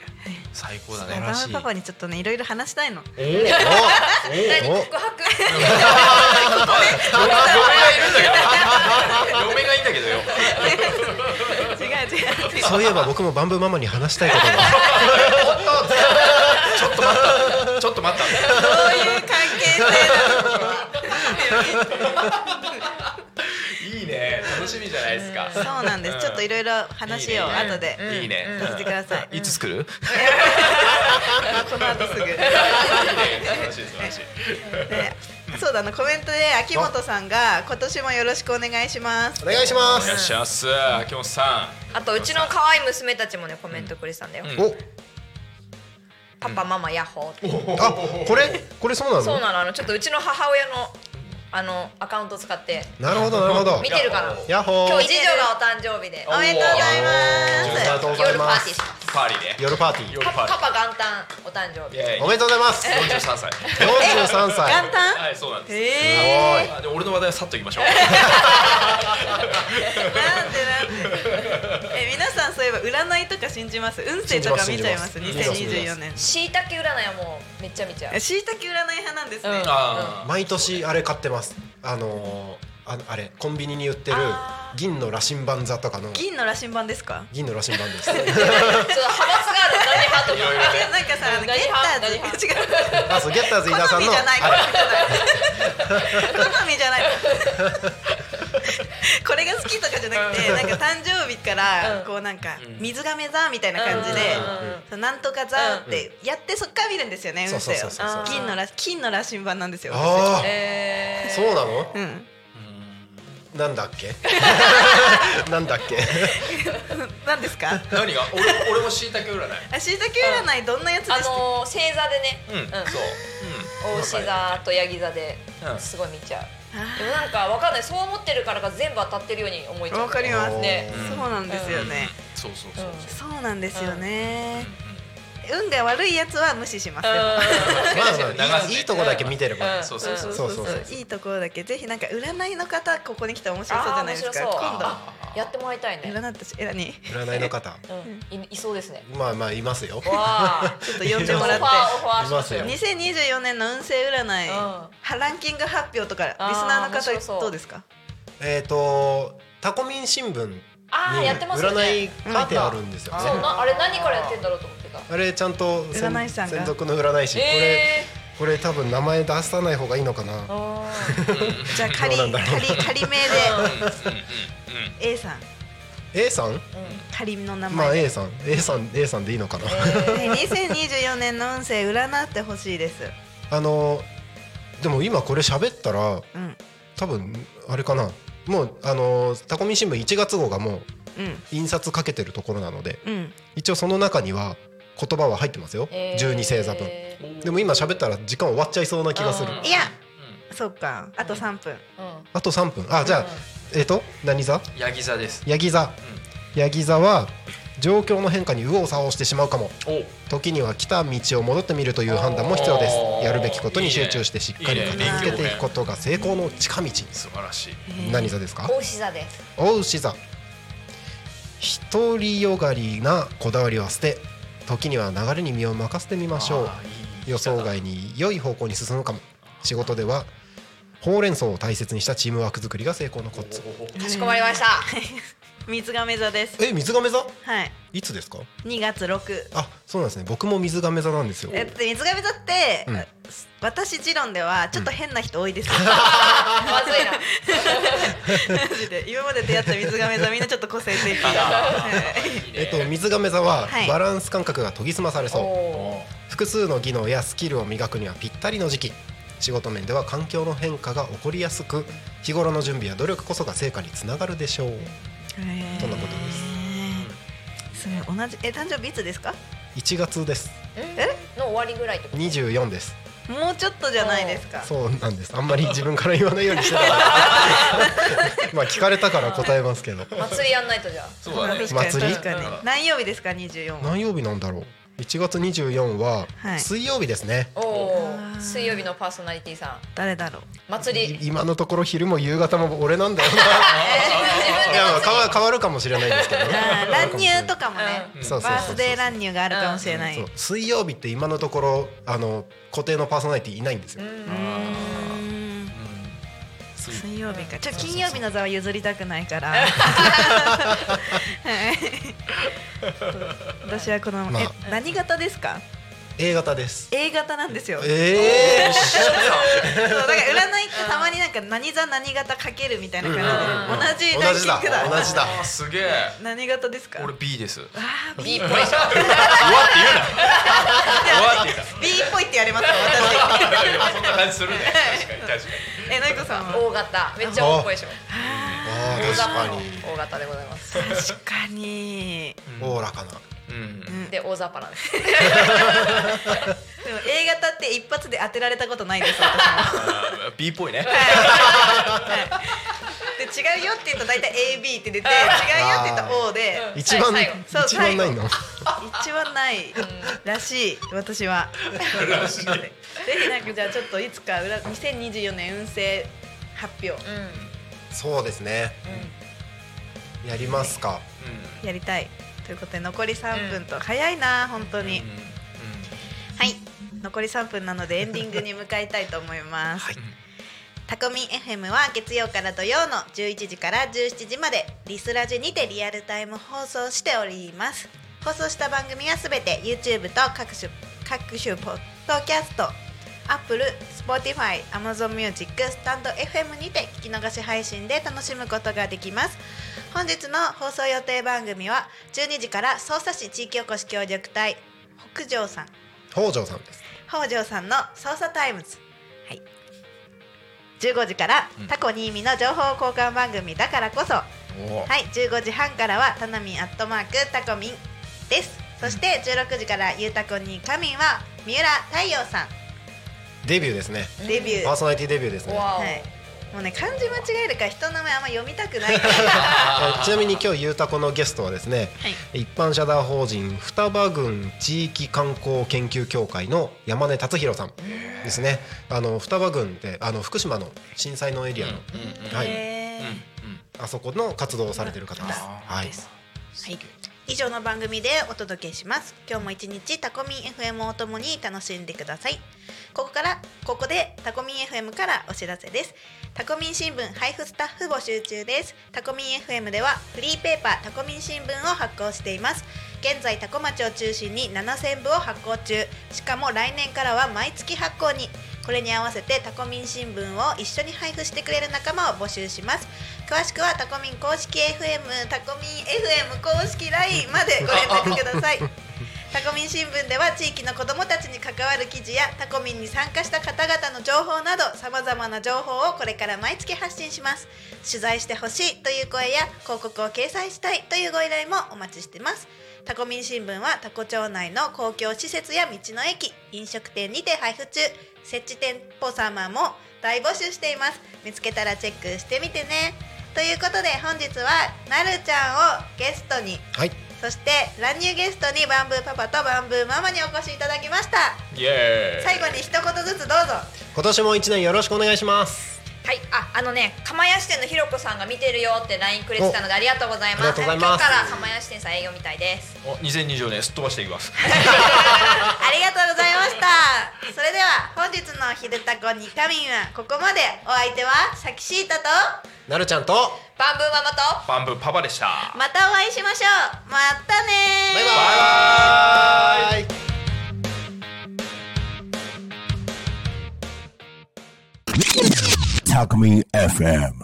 Speaker 5: 最高だね
Speaker 3: らしパパにちょっとねいろいろ話したいの
Speaker 1: 何告白 [LAUGHS]
Speaker 5: 嫁がいいんだけどよ
Speaker 3: 違う違う違う
Speaker 4: そういえば僕もバンブーママに話したいことが
Speaker 5: ちょっと待ったちょっと待った
Speaker 3: そういう関係性なの
Speaker 5: いいね楽しみじゃないですか
Speaker 3: そうなんですちょっといろいろ話を後で
Speaker 5: いいね
Speaker 3: させてください
Speaker 5: いつ作る
Speaker 3: この後すぐ
Speaker 5: 楽しい楽
Speaker 3: い
Speaker 5: し
Speaker 3: そうだなコメントで秋元さんが今年もよろしくお願いします
Speaker 4: お願いします
Speaker 5: お願いします秋元さん
Speaker 1: あとうちの可愛い娘たちもねコメントくれてたんだよ、
Speaker 4: お
Speaker 1: パパママヤッホーって
Speaker 4: あこれこれそうなの
Speaker 1: そうなのあのちょっとうちの母親のあのアカウント使って
Speaker 4: なるほどなるほど
Speaker 1: 見てるから
Speaker 4: ヤッホー
Speaker 1: 今日次女がお誕生日で
Speaker 3: おめでとうございま
Speaker 4: あ
Speaker 3: す
Speaker 4: りがとうございます
Speaker 1: 夜パー
Speaker 4: 夜パーティ
Speaker 5: パーリーで
Speaker 1: ティーしま
Speaker 4: ー
Speaker 5: 夜パ
Speaker 1: パ
Speaker 5: ーテ
Speaker 1: パ元旦お誕生日
Speaker 5: ィー
Speaker 4: おめでとうございます
Speaker 5: 四十三歳
Speaker 4: 43歳
Speaker 3: 元旦
Speaker 5: はいそうなんです
Speaker 3: へ
Speaker 5: あでも俺の話題はさっといきましょう
Speaker 3: え皆さんそういえば占いとか信じます運勢とか見ちゃいます
Speaker 4: 信じます信じます
Speaker 3: 2024年
Speaker 1: しいたけ占いはもうめっちゃ見ちゃう
Speaker 3: え椎茸占い派なんですね、
Speaker 1: うん
Speaker 5: あ
Speaker 4: 毎年あれ買ってますあのーあのあれコンビニに売ってる銀の羅針盤座とかの
Speaker 3: 銀の羅針盤ですか
Speaker 4: 銀の羅針盤です
Speaker 1: そう派閥がある何派とか
Speaker 3: いやなんかさあのゲ
Speaker 1: 何
Speaker 3: ッ
Speaker 1: 派
Speaker 3: ターズ
Speaker 1: 何派
Speaker 3: 違う
Speaker 4: あそうゲッターズ飯田さ
Speaker 3: 好
Speaker 4: んの
Speaker 3: みじゃない
Speaker 4: あれ
Speaker 3: 好みじゃないこれが好きとかじゃなくてなんか誕生日からこうなんか水亀座みたいな感じでそうなんとか座ってやってそっから見るんですよね
Speaker 4: そうそ
Speaker 3: 運
Speaker 4: う
Speaker 3: 勢
Speaker 4: そう
Speaker 3: を
Speaker 4: そうそう
Speaker 3: 金のら金の羅針盤なんですよ
Speaker 4: あー
Speaker 1: え
Speaker 4: そうなの
Speaker 3: 私うん
Speaker 4: なんだっけなんだっけ
Speaker 3: 何ですか
Speaker 5: 何が俺俺もしいたけ占い
Speaker 3: あ椎茸占いどんなやつで
Speaker 1: あ
Speaker 3: したっ
Speaker 1: のー星座でね
Speaker 5: うんそう
Speaker 1: 大牛座とヤギ座で
Speaker 5: うん
Speaker 1: すごい見ちゃう
Speaker 3: あ
Speaker 1: でもなんかわかんないそう思ってるからか全部当たってるように思いちゃ
Speaker 3: け
Speaker 1: う
Speaker 3: わかります
Speaker 4: ね
Speaker 3: そうなんですよね
Speaker 5: そうそうそう
Speaker 1: うん
Speaker 3: そうなんですよね運が悪いやつは無視しますでも
Speaker 4: まあまあいいいいとこだけ見てれば
Speaker 5: そうそうそう
Speaker 4: そうそうそう
Speaker 3: いいところだけぜひなんか占いの方ここに来たら面白そうじゃないですか
Speaker 1: あー面白そう
Speaker 3: 今度
Speaker 1: やってもらいたいね、
Speaker 3: 占ったしえらに
Speaker 4: 占いの方
Speaker 1: うん、いいそうで
Speaker 3: [LAUGHS]
Speaker 1: すね
Speaker 4: まあまあいますよ
Speaker 1: わあ
Speaker 3: ちょっと呼んでも
Speaker 1: [LAUGHS]
Speaker 3: らっ
Speaker 1: オファーオ
Speaker 3: て
Speaker 1: ファーします
Speaker 4: い
Speaker 1: よ
Speaker 4: ま
Speaker 3: 2024年の運勢占い
Speaker 1: うん
Speaker 3: はランキング発表とかリス
Speaker 1: あー
Speaker 3: ナーの
Speaker 1: 面白そ
Speaker 3: 方
Speaker 1: う
Speaker 3: どうですか
Speaker 4: えっとタコミン新聞に
Speaker 1: あーやってますよね
Speaker 4: 占い書いてあるんですよ
Speaker 1: そう
Speaker 4: ね
Speaker 1: なあれ何からやってんだろうと思ってた
Speaker 4: あれちゃんと専
Speaker 3: 占い師さんが
Speaker 4: 専属の占い師これ
Speaker 1: え
Speaker 4: これ多分名前出さない方がいいのかな
Speaker 1: ー、あ
Speaker 3: じゃあ仮
Speaker 4: どうなん
Speaker 3: 仮
Speaker 4: だろう
Speaker 3: 仮名で A さん
Speaker 4: A さん
Speaker 3: 仮の名
Speaker 4: まあ
Speaker 3: 前
Speaker 4: A さん A さん A さんでいいのかな
Speaker 3: はい2024年の運勢占ってほしいです
Speaker 4: あのでも今これ喋ったら
Speaker 3: うん
Speaker 4: 多分あれかなもうあのタコミン新聞1月号がもう
Speaker 3: うん
Speaker 4: 印刷かけてるところなので
Speaker 3: うん
Speaker 4: 一応その中には言葉は入ってますよ、
Speaker 1: えー
Speaker 4: 12星座分
Speaker 1: う
Speaker 4: でも今喋ったら時間終わっちゃいそうな気がする
Speaker 1: うん
Speaker 3: いやそっかあと3分
Speaker 1: ん
Speaker 4: あと3分あじゃあ、えっ、と何座
Speaker 5: ヤギ座です
Speaker 4: ヤギ座ヤギ座は状況の変化に右往左往してしまうかも
Speaker 5: おう
Speaker 4: 時には来た道を戻ってみるという判断も必要です
Speaker 5: おー
Speaker 4: やるべきことに集中してしっかり
Speaker 5: いいね
Speaker 4: 書き続けていくことが成功の近道
Speaker 5: 素晴らしい
Speaker 4: 何座ですか
Speaker 1: 大志座です
Speaker 4: おうし座独りよがりなこだわりは捨て時には流れに身を任せてみましょう
Speaker 5: あーいい
Speaker 4: 予想外に良い方向に進むかも仕事ではほうれん草を大切にしたチームワーク作りが成功のコツ
Speaker 1: かしこまりました
Speaker 3: 水亀座です
Speaker 4: え水亀座
Speaker 3: はい
Speaker 4: いつですか
Speaker 3: 2月6
Speaker 4: あそうなんですね僕も水亀座なんですよ
Speaker 3: えっと水亀座って、
Speaker 4: うん
Speaker 3: 私持論ではちょっと変な人多い
Speaker 4: [LAUGHS]
Speaker 3: ですよ、
Speaker 1: まずいな
Speaker 3: マジで今まで出会った水亀座みんなちょっと個性的
Speaker 4: [LAUGHS]
Speaker 3: はい
Speaker 4: えっと水亀座は
Speaker 3: はい
Speaker 4: バランス感覚が研ぎ澄まされそう、
Speaker 1: おー
Speaker 4: 複数の技能やスキルを磨くにはぴったりの時期仕事面では環境の変化が起こりやすく日頃の準備や努力こそが成果につながるでしょうそんなこと
Speaker 3: ですごい同じえ誕生日いつですか
Speaker 4: 1月です
Speaker 1: えの終わりぐらいってこと
Speaker 4: 24です
Speaker 3: もうちょっとじゃないですか
Speaker 4: そうなんですあんまり自分から言わないようにしてたからまあ聞かれたから答えますけど
Speaker 1: 祭りやんないとじゃあ
Speaker 5: そうだね
Speaker 3: 確かに
Speaker 4: 祭り
Speaker 3: 確かに何曜日ですか24は
Speaker 4: 何曜日なんだろう1月24は
Speaker 3: はい
Speaker 4: 水曜日ですね、
Speaker 1: おおー水曜日のパーソナリティさん
Speaker 3: 誰だろう
Speaker 1: 祭り
Speaker 4: い今のところ昼も夕方も俺なんだよないやまあ変わ変わるかもしれないんですけどね
Speaker 3: あー乱入とかもね、
Speaker 4: そうそうそうそう
Speaker 3: バースデー乱入があるかもしれない、
Speaker 4: そう水曜日って今のところあの固定のパーソナリティいないんですよ、
Speaker 3: うん水曜日かちょ金曜日の座は譲りたくないからはい私はこの、
Speaker 4: まあ
Speaker 3: え何型ですか
Speaker 4: A 型です。
Speaker 3: A 型なんですよ、
Speaker 4: ええ
Speaker 3: そうだから占いってたまになんか何座何型かけるみたいな感じで、同じラン
Speaker 4: 同じ
Speaker 3: キン
Speaker 4: だ
Speaker 3: グだ
Speaker 4: 同じだ。
Speaker 5: あすげえ
Speaker 3: 何型ですか
Speaker 5: 俺 B ですうわ
Speaker 1: B っぽいでしょ
Speaker 5: って言うな
Speaker 3: B っぽいって言われますよ私
Speaker 5: そんな感じするね確かに確か
Speaker 4: [LAUGHS]
Speaker 3: えのりこさんは
Speaker 1: 大型めっちゃ大っぽいでしょ
Speaker 4: あ
Speaker 1: 大
Speaker 4: あ確
Speaker 1: 雑
Speaker 4: か
Speaker 1: 把
Speaker 4: に
Speaker 1: の大型でございます
Speaker 3: 確かに
Speaker 4: おおらかな。
Speaker 5: にうん
Speaker 1: で大雑把なんです
Speaker 3: でも A 型って一発で当てられたことないです私も
Speaker 5: B っぽいね。
Speaker 3: で違うよって言うと大体 AB って出て違うよって言うと O で
Speaker 4: ー一番
Speaker 3: 最後そう
Speaker 4: 一番ないの
Speaker 3: 最後一番ないらしい私は
Speaker 4: らしい
Speaker 3: ぜひなんかじゃあちょっといつか裏2024年運勢発表、
Speaker 4: そうですね、やりますか、
Speaker 3: やりたいということで残り3分と、早いな本当に、はい残り3分なのでエンディングに向かいたいと思います、タコミン FM は月曜から土曜の11時から17時までリスラジにてリアルタイム放送しております放送した番組はすべて YouTube と各種各種ポッドキャスト Apple、Spotify、Amazon Music、StandFM にて聞き逃し配信で楽しむことができます本日の放送予定番組は12時から匝瑳市地域おこし協力隊北条さん
Speaker 4: 北条さんです
Speaker 3: 北条さんの捜査タイムズ。はい。15時からタコニーミの情報交換番組だからこそ、はい、15時半からはタナミンアットマークタコミンです。そして16時からゆうたこにーカミンは三浦太陽さ
Speaker 4: デビューですね
Speaker 3: んデビュー。
Speaker 4: パーソナリティデビューですね
Speaker 3: はい。もうね漢字間違えるから人の名前あんま読みたく [LAUGHS] ないから
Speaker 4: [LAUGHS] ちなみに今日ゆうたこのゲストはですね、一般社団法人双葉郡地域観光研究協会の山根達弘さんですねあの双葉郡ってあの福島の震災のエリアの、はい、あそこの活動をされてる方です。はい、
Speaker 3: はい、以上の番組でお届けします。今日も一日タコミン FM をともに楽しんでください。ここからここでタコミン FM からお知らせです。タコミン新聞配布スタッフ募集中です。タコミン FM ではフリーペーパータコミン新聞を発行しています。現在タコ町を中心に7000部を発行中。しかも来年からは毎月発行に。これに合わせてタコミン新聞を一緒に配布してくれる仲間を募集します。詳しくはタコミン公式 FM タコミン FM 公式 LINE までご連絡くださいタコミン新聞では地域の子どもたちに関わる記事やタコミンに参加した方々の情報などさまざまな情報をこれから毎月発信します取材してほしいという声や広告を掲載したいというご依頼もお待ちしてますタコミン新聞はタコ町内の公共施設や道の駅飲食店にて配布中設置店舗様も大募集しています見つけたらチェックしてみてねということで本日はなるちゃんをゲストに
Speaker 4: はい、
Speaker 3: そして乱入ゲストにバンブーパパとバンブーママにお越しいただきました
Speaker 4: イエ
Speaker 3: 最後に一言ずつどうぞ
Speaker 4: 今年も一年よろしくお願いします。
Speaker 1: はい、あ、あのね、釜屋支店のひろこさんが見てるよって LINE くれてたのでありがとうございます。
Speaker 5: ありがとうございます
Speaker 1: 今日から釜屋支店さん営業みたい
Speaker 5: [LAUGHS]
Speaker 1: です。
Speaker 5: お2020年すっ飛ばしていきます。
Speaker 3: ありがとうございましたそれでは本日の「ひるたこにかみん」はここまでお相手はさきしーたと
Speaker 4: なるちゃんと
Speaker 3: バンブーママと
Speaker 5: バンブーパパでした。
Speaker 3: またお会いしましょうまたねーバイ
Speaker 5: バイバイ
Speaker 10: タコミン FM